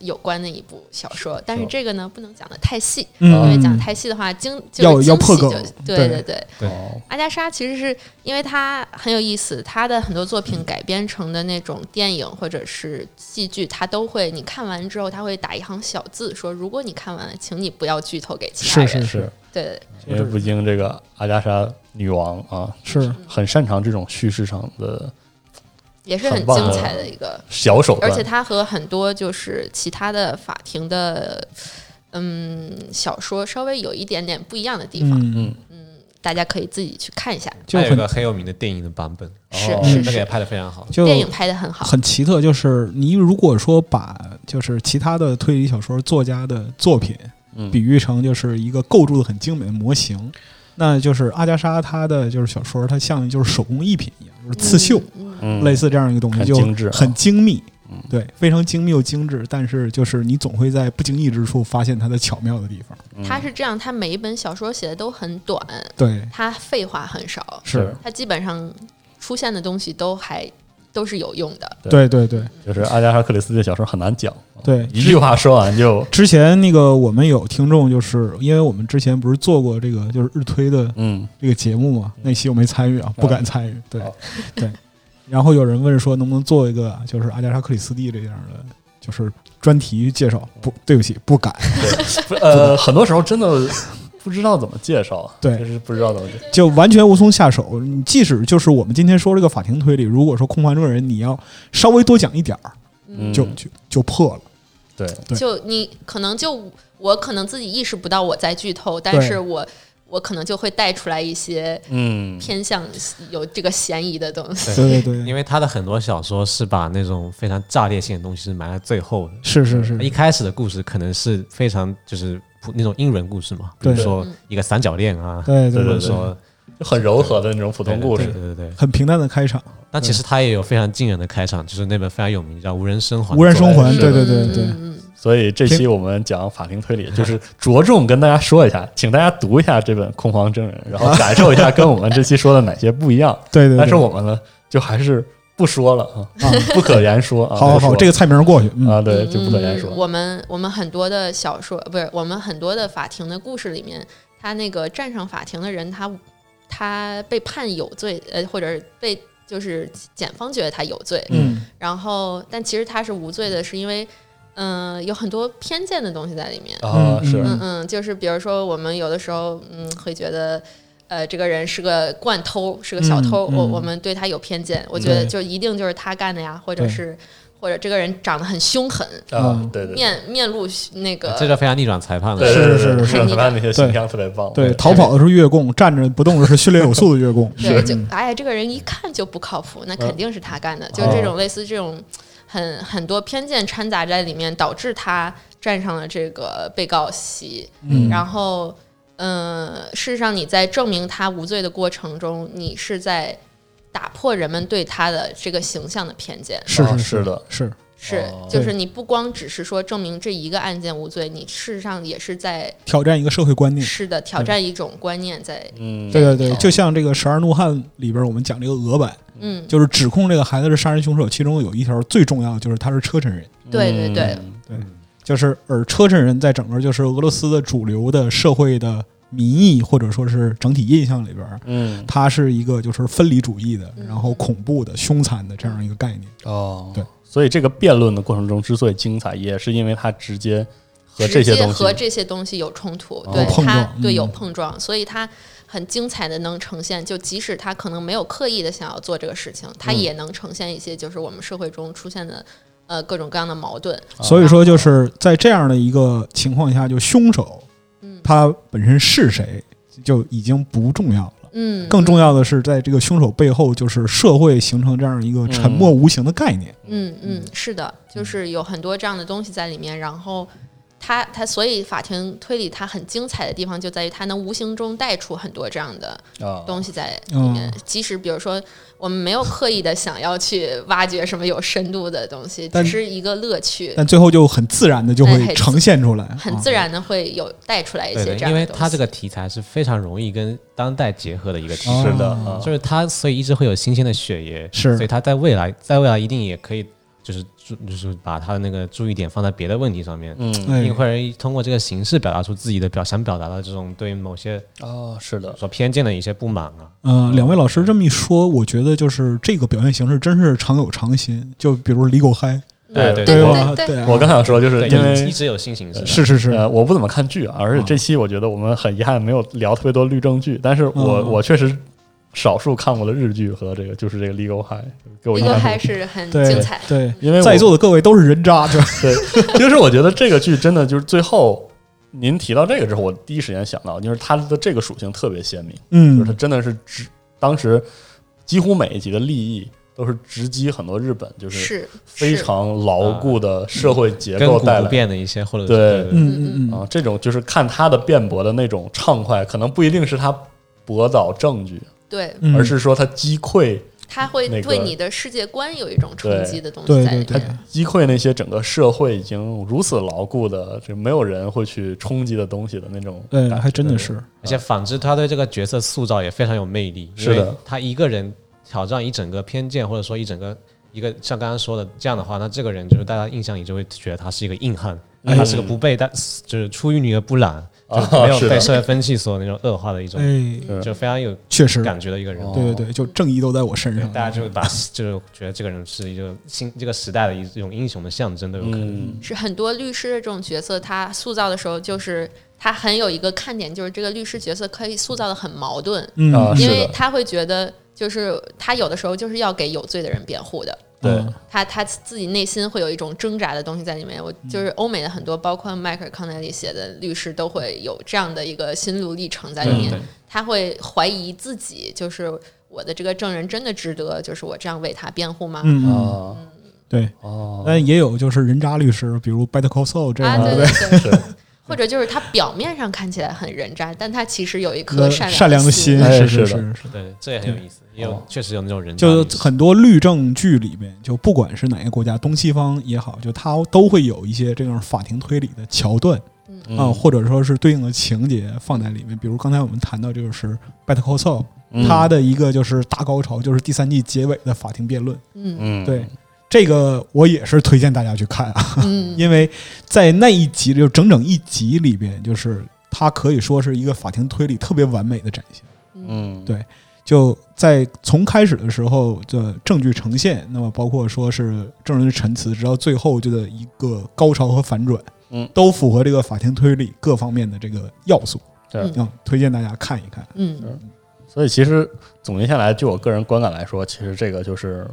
Speaker 3: 有关的一部小说。但是这个呢，不能讲的太细，因为讲得太细的话，惊
Speaker 2: 嗯
Speaker 3: 就
Speaker 2: 要
Speaker 3: 是
Speaker 2: 要
Speaker 3: 惊
Speaker 2: 破
Speaker 3: 喜
Speaker 2: 梗
Speaker 3: 就
Speaker 2: 对
Speaker 3: 对对对。
Speaker 4: 对
Speaker 1: 哦，
Speaker 3: 阿加莎其实是因为她很有意思，她的很多作品改编成的那种电影或者是戏剧，她都会你看完之后，她会打一行小字说：“如果你看完了，请你不要剧透给其他
Speaker 2: 是
Speaker 3: 人。
Speaker 2: 是
Speaker 1: 是，
Speaker 3: 对
Speaker 1: 因为不经这个阿加莎女王啊，
Speaker 2: 是，
Speaker 1: 很擅长这种叙事上的
Speaker 3: 也是
Speaker 1: 很
Speaker 3: 很
Speaker 1: 棒
Speaker 3: 精
Speaker 1: 的
Speaker 3: 彩的一个。
Speaker 1: 小手段
Speaker 3: 而且，它和很多就是其他的法庭的嗯小说稍微有一点点不一样的地方，
Speaker 2: 嗯，
Speaker 1: 嗯，
Speaker 3: 大家可以自己去看一下。
Speaker 2: 就
Speaker 4: 还有一个
Speaker 2: 很
Speaker 4: 很有名的电影的版本，
Speaker 3: 是
Speaker 1: 哦
Speaker 3: 是
Speaker 4: 那个也
Speaker 3: 是，
Speaker 4: 拍的非常好。
Speaker 2: 就
Speaker 3: 电影拍的很好。
Speaker 2: 很奇特，就是你如果说把就是其他的推理小说作家的作品
Speaker 1: 嗯
Speaker 2: 比喻成就是一个构筑的很精美的模型，那就是阿加莎她的就是小说，它像就是手工艺品一样，就是刺绣，
Speaker 3: 嗯，嗯
Speaker 1: 嗯
Speaker 2: 类似这样一个东西，
Speaker 1: 很
Speaker 2: 就
Speaker 1: 精致啊
Speaker 2: 很精密
Speaker 1: 嗯。
Speaker 2: 对，非常精密又精致，但是就是你总会在不经意之处发现它的巧妙的地方。
Speaker 3: 它是这样，它每一本小说写的都很短，
Speaker 2: 对，
Speaker 3: 它废话很少，
Speaker 1: 是，
Speaker 3: 它基本上出现的东西都还都是有用的。
Speaker 2: 对对对
Speaker 1: 就是阿加莎克里斯蒂的小说很难讲，
Speaker 2: 对，
Speaker 1: 一句话说完就
Speaker 2: 之前那个我们有听众，就是因为我们之前不是做过这个就是日推的
Speaker 1: 嗯，
Speaker 2: 这个节目嘛，那期我没参与啊，不敢参与。对
Speaker 1: 好
Speaker 2: 对，然后有人问说能不能做一个就是阿加莎克里斯蒂这样的就是专题介绍？不，对不起，不敢。
Speaker 1: 不呃，很多时候真的不知道怎么介绍，啊
Speaker 2: 对
Speaker 1: 就是不知道怎么介绍，
Speaker 2: 就完全无从下手。你即使就是我们今天说这个法庭推理，如果说控方证人你要稍微多讲一点儿，
Speaker 1: 嗯
Speaker 2: 就就就破了。
Speaker 1: 对，
Speaker 2: 对
Speaker 3: 就你可能就我可能自己意识不到我在剧透，但
Speaker 2: 对
Speaker 3: 是我我可能就会带出来一些
Speaker 1: 嗯，
Speaker 3: 偏向有这个嫌疑的东西。
Speaker 2: 对对对，
Speaker 4: 因为他的很多小说是把那种非常炸裂性的东西是埋在最后的，
Speaker 2: 是是是
Speaker 4: 一，开始的故事可能是非常就是普那种英文故事嘛，比如
Speaker 2: 对
Speaker 4: 说一个三角恋啊，
Speaker 2: 对对
Speaker 4: 或
Speaker 2: 对
Speaker 4: 者
Speaker 2: 对
Speaker 4: 说
Speaker 1: 就很柔和的那种普
Speaker 4: 普
Speaker 1: 通故
Speaker 4: 对
Speaker 1: 事，
Speaker 4: 对对对。
Speaker 2: 很平淡的开场，
Speaker 4: 但其实他也有非常惊人的开场，就是那本非常有名叫《无人生还》。
Speaker 2: 无人生还。
Speaker 1: 是
Speaker 2: 啊对
Speaker 1: 的
Speaker 2: 对对对。
Speaker 3: 嗯，
Speaker 1: 所以这期
Speaker 2: 听
Speaker 1: 我们讲法庭推理，就是着重跟大家说一下，请大家读一下这本《控方证人》，然后感受一下跟我们这期说的哪些不一样。
Speaker 2: 对对对，
Speaker 1: 但是我们呢，就还是不说了啊，
Speaker 2: 啊，
Speaker 1: 不可言说啊。
Speaker 2: 好好好，这
Speaker 1: 个
Speaker 2: 个菜名过去，嗯
Speaker 1: 啊，对，就不可言
Speaker 3: 嗯
Speaker 1: 说。
Speaker 3: 我们我们很多的小说不是我们很多的法庭的故事里面，他那个站上法庭的人，他他被判有罪，呃，或者是被就是检方觉得他有罪，
Speaker 2: 嗯
Speaker 3: 然后但其实他是无罪的，是因为嗯、呃有很多偏见的东西在里面。
Speaker 1: 啊，
Speaker 2: 嗯
Speaker 1: 是
Speaker 2: 嗯
Speaker 3: 嗯嗯，就是比如说我们有的时候嗯会觉得。呃，这个人是个惯偷，是个小偷，
Speaker 2: 嗯嗯
Speaker 3: 我我们对他有偏见，我觉得
Speaker 2: 对
Speaker 3: 就一定就是他干的呀，或者
Speaker 2: 对
Speaker 3: 是或者这个人长得很凶狠，
Speaker 1: 啊，对对，对
Speaker 3: 面面露那个，
Speaker 4: 啊这就非常逆转裁判
Speaker 1: 对
Speaker 4: 了。
Speaker 1: 对
Speaker 2: 是是
Speaker 1: 对
Speaker 3: 是
Speaker 1: 对
Speaker 3: 是
Speaker 1: 裁判那些形象特别棒。
Speaker 2: 对，逃跑的是越供，站着不动的是训练有素的越供，
Speaker 3: 对，就
Speaker 2: 嗯
Speaker 3: 哎呀，这个人一看就不靠谱，那肯定是他干的。就
Speaker 1: 哦
Speaker 3: 这种类似这种很很多偏见掺杂在里面，导致他站上了这个被告席。
Speaker 2: 嗯
Speaker 3: 然后，嗯，事实上你在证明他无罪的过程中，你是在打破人们对他的这个形象的偏见。
Speaker 2: 是
Speaker 1: 啊
Speaker 2: 是
Speaker 1: 是的，
Speaker 2: 是
Speaker 3: 是
Speaker 1: 哦，
Speaker 3: 就是你不光只是说证明这一个案件无罪，你事实上也是在
Speaker 2: 挑战一个社会观念。
Speaker 3: 是的挑战一种观念在，
Speaker 1: 嗯，
Speaker 2: 对对对，
Speaker 1: 哦
Speaker 2: 就像这个《十二怒汉》里边，我们讲这个俄版，
Speaker 3: 嗯，
Speaker 2: 就是指控这个孩子是杀人凶手，其中有一条最重要的就是他是车臣人，
Speaker 3: 对对对
Speaker 1: 嗯
Speaker 2: 就是而车臣人在整个就是俄罗斯的主流的社会的民意或者说是整体印象里边，
Speaker 1: 嗯
Speaker 2: 他是一个就是分离主义的，
Speaker 3: 嗯
Speaker 2: 然后恐怖的、凶残的这样一个概念。
Speaker 1: 哦，
Speaker 2: 对，
Speaker 1: 所以这个辩论的过程中之所以精彩，也是因为它直接和这些
Speaker 3: 直接
Speaker 1: 东
Speaker 3: 和
Speaker 1: 西
Speaker 3: 这些东西有冲突，
Speaker 1: 哦
Speaker 3: 对
Speaker 2: 碰
Speaker 3: 它
Speaker 2: 撞
Speaker 3: 对有
Speaker 2: 嗯
Speaker 3: 碰撞，所以它很精彩的能呈现，就即使他可能没有刻意的想要做这个事情，他
Speaker 1: 嗯
Speaker 3: 也能呈现一些就是我们社会中出现的呃各种各样的矛盾，
Speaker 2: 啊所以说，就是在这样的一个情况下，就凶手
Speaker 3: 嗯
Speaker 2: 他本身是谁就已经不重要了。
Speaker 3: 嗯，
Speaker 2: 更重要的是，在这个凶手背后，就是社会形成这样一个沉默无形的概念。
Speaker 3: 嗯嗯是的，就是有很多这样的东西在里面，然后。他他所以法庭推理它很精彩的地方就在于它能无形中带出很多这样的
Speaker 1: 啊，
Speaker 3: 东西在里面。
Speaker 2: 嗯
Speaker 3: 即使比如说，我们没有刻意的想要去挖掘什么有深度的东西，
Speaker 2: 但
Speaker 3: 只是一个乐趣，
Speaker 2: 但最后就很自然的就
Speaker 3: 哎很
Speaker 2: 会
Speaker 3: 自
Speaker 2: 呈现出来，
Speaker 3: 很
Speaker 2: 啊
Speaker 3: 自然的会有带出来一
Speaker 4: 对
Speaker 3: 些
Speaker 4: 的，
Speaker 3: 这样
Speaker 4: 因为
Speaker 3: 的东西。
Speaker 4: 它这个题材是非常容易跟当代结合的一个题材，
Speaker 1: 是的啊
Speaker 2: 哦
Speaker 4: 就是它所以一直会有新鲜的血液，
Speaker 2: 是
Speaker 4: 所以它在未来，在未来一定也可以就是注就是把它的那个注意点放在别的问题上面，
Speaker 1: 嗯
Speaker 2: 哎
Speaker 4: 一会儿通过这个形式表达出自己的表想表达的这种对某些
Speaker 1: 哦，是的，
Speaker 4: 所偏见的一些不满啊，
Speaker 2: 嗯、两位老师这么一说，我觉得就是这个表现形式真是常有常新。就比如李狗嗨，
Speaker 4: 哎
Speaker 1: 对
Speaker 4: 对
Speaker 2: 吧？
Speaker 3: 对对
Speaker 2: 啊
Speaker 1: 我刚想说，就是
Speaker 4: 对，
Speaker 1: 因
Speaker 4: 一
Speaker 1: 为
Speaker 4: 直有新形式的，
Speaker 2: 是是是，
Speaker 1: 呃，我不怎么看剧啊，而且这期我觉得我们很遗憾没有聊特别多律政剧，但是我
Speaker 2: 嗯
Speaker 1: 我确实少数看过的日剧和这个就是这个《Legal High》，给我
Speaker 3: 一
Speaker 1: 印
Speaker 3: 个
Speaker 1: 象
Speaker 3: 还
Speaker 1: 很深。
Speaker 3: 是很
Speaker 2: 对
Speaker 3: 嗯精彩。
Speaker 2: 对，
Speaker 1: 因为我
Speaker 2: 在座的各位都是人渣，对吧，
Speaker 1: 对，就是我觉得这个剧真的就是最后您提到这个之后，我第一时间想到就是它的这个属性特别鲜明，就是它
Speaker 2: 嗯，
Speaker 1: 真的是直当时几乎每一集的利益都是直击很多日本就是
Speaker 3: 是
Speaker 1: 非
Speaker 3: 是
Speaker 1: 常牢固的社会结
Speaker 4: 亘
Speaker 1: 构带
Speaker 4: 古不
Speaker 1: 来
Speaker 4: 变的一些，或者是
Speaker 1: 对
Speaker 2: 嗯嗯嗯
Speaker 1: 啊，这种就是看他的辩驳的那种畅快，可能不一定是他驳倒证据，
Speaker 3: 对，
Speaker 2: 嗯，
Speaker 1: 而是说他击溃
Speaker 3: 它会
Speaker 1: 那个
Speaker 3: 对你的世界观有一种冲击的东西
Speaker 2: 对
Speaker 3: 在里
Speaker 2: 对对
Speaker 3: 面。
Speaker 1: 击溃那些整个社会已经如此牢固的，就没有人会去冲击的东西的那种感
Speaker 2: 对，
Speaker 1: 觉。
Speaker 2: 哎还真的是，
Speaker 4: 而且反之，他对这个角色塑造也非常有魅力。
Speaker 1: 啊是的，
Speaker 4: 他一个人挑战一整个偏见，或者说一整个一个像刚刚说的这样的话，那这个人就是大家印象里就会觉得他是一个硬汉，
Speaker 1: 嗯
Speaker 4: 他是个不被但就是出淤泥而不染，就
Speaker 1: 啊
Speaker 4: 没有
Speaker 1: 是的
Speaker 4: 被社会风气所那种恶化的一种，
Speaker 2: 哎，
Speaker 1: 对
Speaker 4: 就非常有
Speaker 2: 确实，
Speaker 4: 感觉的一个人物。
Speaker 1: 哦
Speaker 2: 对对对，就正义都在我身
Speaker 4: 对
Speaker 2: 上，
Speaker 4: 大家就把就是觉得这个人是一个新这个时代的一种英雄的象征都有可能。
Speaker 1: 嗯，
Speaker 3: 是很多律师的这种角色，他塑造的时候，就是他很有一个看点，就是这个律师角色可以塑造的很矛盾，
Speaker 2: 嗯，
Speaker 1: 啊
Speaker 2: 嗯
Speaker 1: 是
Speaker 3: 因为
Speaker 1: 的
Speaker 3: 他会觉得，就是他有的时候就是要给有罪的人辩护的。
Speaker 1: 对，
Speaker 3: 他他自己内心会有一种挣扎的东西在里面。我
Speaker 2: 嗯
Speaker 3: 就是欧美的很多，包括迈克尔康奈利写的律师，都会有这样的一个心路历程在里
Speaker 1: 嗯
Speaker 3: 面。
Speaker 4: 对
Speaker 3: 他会怀疑自己，就是我的这个证人真的值得，就是我这样为他辩护吗？
Speaker 2: 嗯嗯，
Speaker 1: 啊
Speaker 2: 对。
Speaker 1: 哦，
Speaker 2: 但也有就是人渣律师，比如 Better Call Saul 这
Speaker 3: 啊，
Speaker 2: 样的，
Speaker 3: 对
Speaker 2: 对
Speaker 3: 对对
Speaker 1: 是。
Speaker 3: 或者就是他表面上看起来很人渣，但他其实有一颗
Speaker 2: 呃善良
Speaker 3: 良
Speaker 2: 的
Speaker 3: 心
Speaker 2: 心，。
Speaker 1: 哎
Speaker 2: 是
Speaker 1: 是
Speaker 2: 是
Speaker 1: 的
Speaker 2: 是，
Speaker 4: 对，这也很有意思，也有
Speaker 1: 哦
Speaker 4: 确实有那种人渣
Speaker 2: 就
Speaker 4: 历史，
Speaker 2: 是很多律政剧里面，就不管是哪个国家，东西方也好，就它都会有一些这种法庭推理的桥段啊、
Speaker 1: 嗯
Speaker 2: 或者说是对应的情节放在里面。比如刚才我们谈到，就是《Better Call Saul》
Speaker 1: 嗯
Speaker 2: 他的一个就是大高潮，就是第三季结尾的法庭辩论。
Speaker 3: 嗯
Speaker 1: 嗯，
Speaker 2: 对，这个我也是推荐大家去看啊，
Speaker 3: 嗯，
Speaker 2: 因为在那一集就整整一集里边，就是它可以说是一个法庭推理特别完美的展现。
Speaker 1: 嗯，
Speaker 2: 对就在从开始的时候的证据呈现，那么包括说是证人的陈词，直到最后就的一个高潮和反转，
Speaker 1: 嗯
Speaker 2: 都符合这个法庭推理各方面的这个要素。
Speaker 1: 对
Speaker 2: 嗯，推荐大家看一看。
Speaker 3: 嗯
Speaker 1: 所以其实总结下来，就我个人观感来说，其实这个就是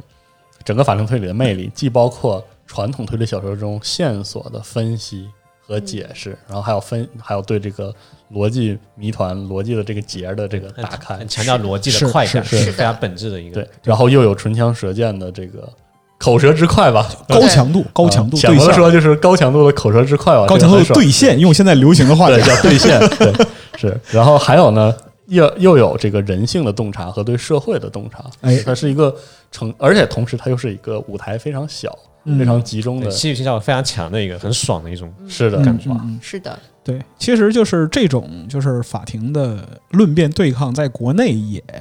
Speaker 1: 整个法庭推理的魅力，既包括传统推理小说中线索的分析和
Speaker 4: 嗯
Speaker 1: 解释，然后还有分，还有对这个逻辑谜团、逻辑的这个结儿的这个
Speaker 4: 很
Speaker 1: 打开
Speaker 4: 很，强调逻辑
Speaker 2: 是
Speaker 4: 的快感，
Speaker 2: 是
Speaker 3: 是
Speaker 4: 非常本质的一个
Speaker 1: 对，然后又有唇枪舌剑的这个口舌之快吧，呃
Speaker 2: 高强度，高强度
Speaker 1: 浅
Speaker 2: 对
Speaker 1: 薄的
Speaker 2: 象，
Speaker 1: 说就是高强度的口舌之快吧，
Speaker 2: 高
Speaker 1: 这
Speaker 2: 强
Speaker 1: 个
Speaker 2: 度的
Speaker 1: 很爽
Speaker 2: 兑现，用现在流行的话
Speaker 1: 对，
Speaker 2: 讲，
Speaker 1: 叫兑 现，对，是。然后还有呢，又又有这个人性的洞察和对社会的洞察，
Speaker 2: 哎
Speaker 1: 它是一个成，而且同时它又是一个舞台非常小、
Speaker 2: 嗯
Speaker 1: 非常集中的
Speaker 4: 对，戏剧性效果非常强的一个很爽的一种。
Speaker 1: 是的
Speaker 2: 嗯
Speaker 1: 感觉
Speaker 2: 嗯。嗯
Speaker 3: 是的，
Speaker 2: 对，其实就是这种就是法庭的论辩对抗，在国内也
Speaker 1: 嗯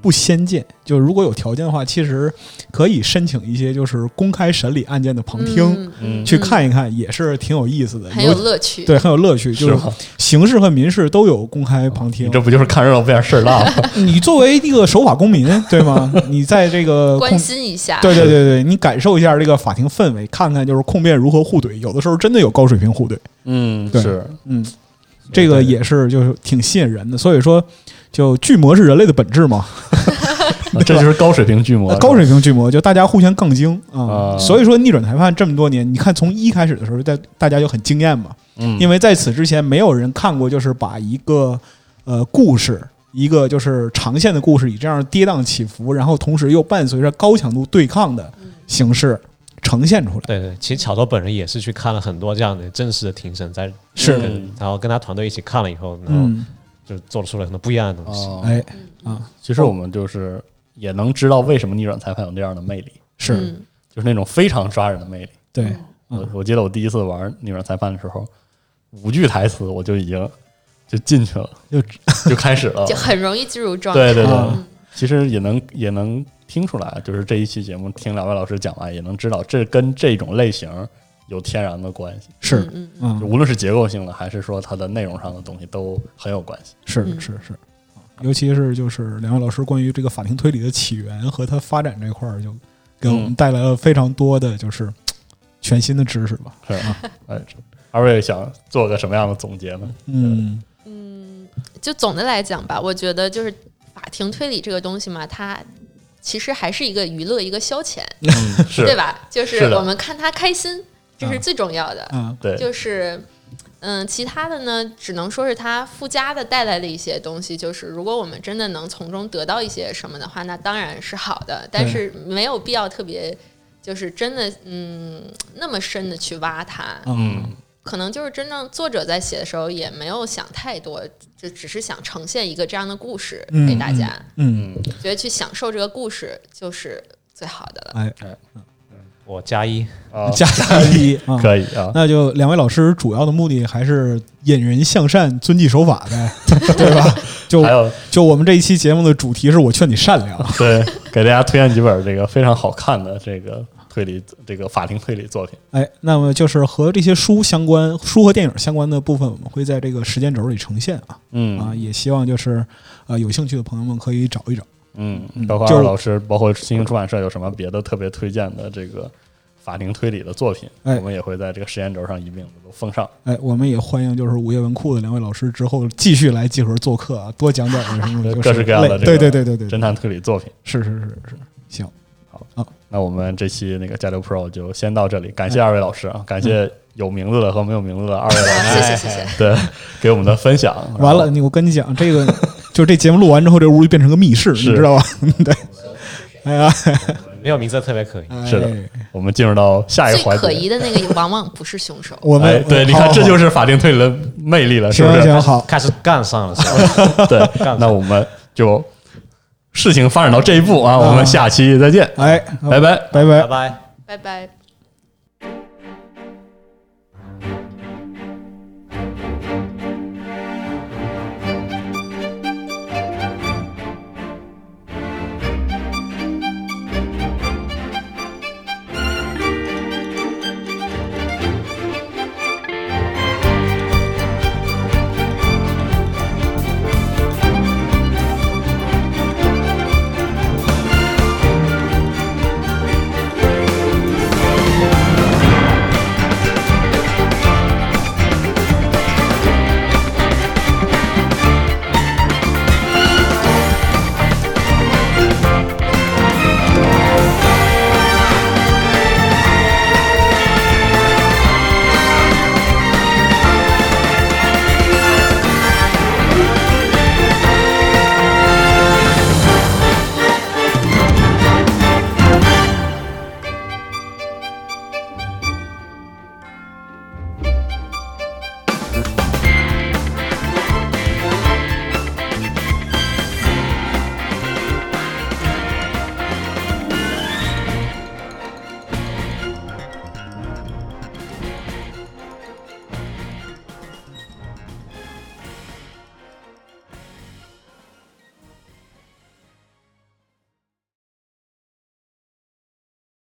Speaker 2: 不先见。就如果有条件的话，其实可以申请一些就是公开审理案件的旁听、
Speaker 1: 嗯
Speaker 2: 去看一看，也是挺有意思的，
Speaker 3: 嗯很有
Speaker 2: 尤
Speaker 3: 乐趣。
Speaker 2: 对很有乐趣。就是是
Speaker 1: 吧？
Speaker 2: 刑事和民事都有公开旁
Speaker 1: 哦你
Speaker 2: 听。
Speaker 1: 这不就是看热闹不嫌事儿 大吗？
Speaker 2: 你作为一个守法公民，对 吗？你在这个控
Speaker 3: 关心一下，
Speaker 2: 对对对对，你感受一下这个法庭氛围，看看就是控辩如何互怼，有的时候真的有高水平互怼。
Speaker 1: 嗯，
Speaker 2: 对
Speaker 1: 是
Speaker 2: 嗯，这个也是就是挺吸引人的。所以说，就巨魔是人类的本质嘛，
Speaker 1: 啊这就是高水平剧魔
Speaker 2: 那，呃高水平巨魔就大家互相杠精啊。
Speaker 1: 啊
Speaker 2: 所以说，逆转裁判这么多年，你看从一开始的时候，大大家就很惊艳嘛，
Speaker 1: 嗯，
Speaker 2: 因
Speaker 1: 为
Speaker 2: 为在此之前没有人看过，就是把一个呃故事。一个就是长线的故事，以这样跌宕起伏，然后同时又伴随着高强度对抗的
Speaker 3: 嗯
Speaker 2: 形式呈现出来。
Speaker 4: 对对，其实巧头本人也是去看了很多这样的正式的庭审，在
Speaker 2: 是
Speaker 4: 跟
Speaker 1: 嗯
Speaker 4: 然后跟他团队一起看了以后，然后
Speaker 2: 嗯，
Speaker 4: 就做出了很多不一样的东西。
Speaker 1: 哦，
Speaker 2: 哎
Speaker 3: 嗯
Speaker 2: 啊，
Speaker 1: 其实我们就是也能知道为什么逆转裁判有那样的魅力，
Speaker 2: 是
Speaker 3: 嗯
Speaker 1: 就是那种非常抓人的魅力。
Speaker 2: 对，
Speaker 1: 我我记得我第一次玩逆转裁判的时候，五句台词我就已经就进去了，就就开始了
Speaker 3: 就。很容易进入状态。
Speaker 1: 对对对
Speaker 2: 嗯，
Speaker 1: 其实也能也能听出来，就是这一期节目听两位老师讲完，也能知道这跟这种类型有天然的关系，
Speaker 2: 是，
Speaker 3: 嗯嗯
Speaker 2: 嗯
Speaker 1: 就，无论是结构性的还是说它的内容上的东西都很有关系。
Speaker 2: 是
Speaker 3: 嗯
Speaker 2: 是是，尤其是就是两位老师关于这个法庭推理的起源和它发展这块儿，就给我们
Speaker 1: 嗯
Speaker 2: 带来了非常多的就是全新的知识吧。
Speaker 1: 是啊，哎，二位想做个什么样的总结 呢？
Speaker 2: 嗯
Speaker 3: 嗯，就总的来讲吧，我觉得就是法庭推理这个东西嘛，它其实还是一个娱乐，一个消遣，
Speaker 1: 嗯，
Speaker 3: 对
Speaker 1: 是，
Speaker 3: 吧？就是
Speaker 1: 是的嗯
Speaker 3: 我们看他开心，这是最重要的。
Speaker 2: 啊，
Speaker 1: 对，
Speaker 3: 就是，嗯，其他的呢，只能说是它附加的带来的一些东西。就是如果我们真的能从中得到一些什么的话，那当然是好的，但
Speaker 2: 对
Speaker 3: 是没有必要特别。就是真的，嗯，那么深的去挖它，
Speaker 1: 嗯，
Speaker 3: 可能就是真正作者在写的时候也没有想太多，就只是想呈现一个这样的故事
Speaker 2: 嗯
Speaker 3: 给大家，
Speaker 2: 嗯，
Speaker 1: 嗯，
Speaker 3: 觉得去享受这个故事就是最好的了。
Speaker 2: 哎，
Speaker 4: 我加一，
Speaker 3: 嗯
Speaker 1: 啊，
Speaker 2: 加一啊。
Speaker 1: 可以啊，
Speaker 2: 那就两位老师主要的目的还是引人向善、遵纪守法呗， 对吧？就
Speaker 1: 还有
Speaker 2: 就我们这一期节目的主题是我劝你善良，
Speaker 1: 对，给大家推荐几本这个非常好看的这个推理这个法庭推理作品。
Speaker 2: 哎，那么就是和这些书相关、书和电影相关的部分，我们会在这个时间轴里呈现啊。啊，
Speaker 1: 嗯
Speaker 2: 也希望就是呃有兴趣的朋友们可以找一找。
Speaker 1: 嗯，
Speaker 2: 嗯
Speaker 1: 包括
Speaker 2: 就
Speaker 1: 二老师，包括新兴出版社有什么别的特别推荐的这个法庭推理的作品，
Speaker 2: 哎
Speaker 1: 我们也会在这个时间轴上一并地都奉上。
Speaker 2: 哎，我们也欢迎就是午夜文库的两位老师之后继续来集合做客啊，多讲点儿 什么就是
Speaker 1: 各式各样的
Speaker 2: 类
Speaker 1: 这个
Speaker 2: 对对对对对，
Speaker 1: 侦探推理作品。
Speaker 2: 是是是是，行，
Speaker 1: 那我们这期那个交流 Pro 就先到这里，感
Speaker 2: 哎
Speaker 1: 谢二位老师啊，感
Speaker 2: 嗯
Speaker 1: 谢有名字的和没有名字的二位
Speaker 2: 哎
Speaker 1: 老
Speaker 3: 谢
Speaker 1: 师，
Speaker 3: 谢谢谢，
Speaker 1: 对给我们的分享。然后
Speaker 2: 完了，你我跟你讲，这个就这节目录完之后，这屋就变成个密室，你
Speaker 1: 是
Speaker 2: 知道吧？ 对，哎呀，
Speaker 4: 没有名字特别可疑。
Speaker 1: 是的
Speaker 2: 哎。
Speaker 1: 我们进入到下一
Speaker 3: 最
Speaker 1: 个环
Speaker 3: 可
Speaker 1: 节
Speaker 3: 疑。的那个也往往不是凶手
Speaker 2: 我
Speaker 1: 哎
Speaker 2: 们，
Speaker 1: 对，你看，这就是是法庭推理的魅力了，是
Speaker 2: 行
Speaker 1: 不是？
Speaker 2: 行好，
Speaker 4: 开始干上了，是吧？
Speaker 1: 对，
Speaker 4: 干
Speaker 1: 那
Speaker 4: 上了
Speaker 1: 我们就事情发展到这一步啊，我们下期再见，
Speaker 2: 哎，
Speaker 1: 拜拜。
Speaker 2: 拜拜
Speaker 4: 拜。拜。
Speaker 3: 拜拜。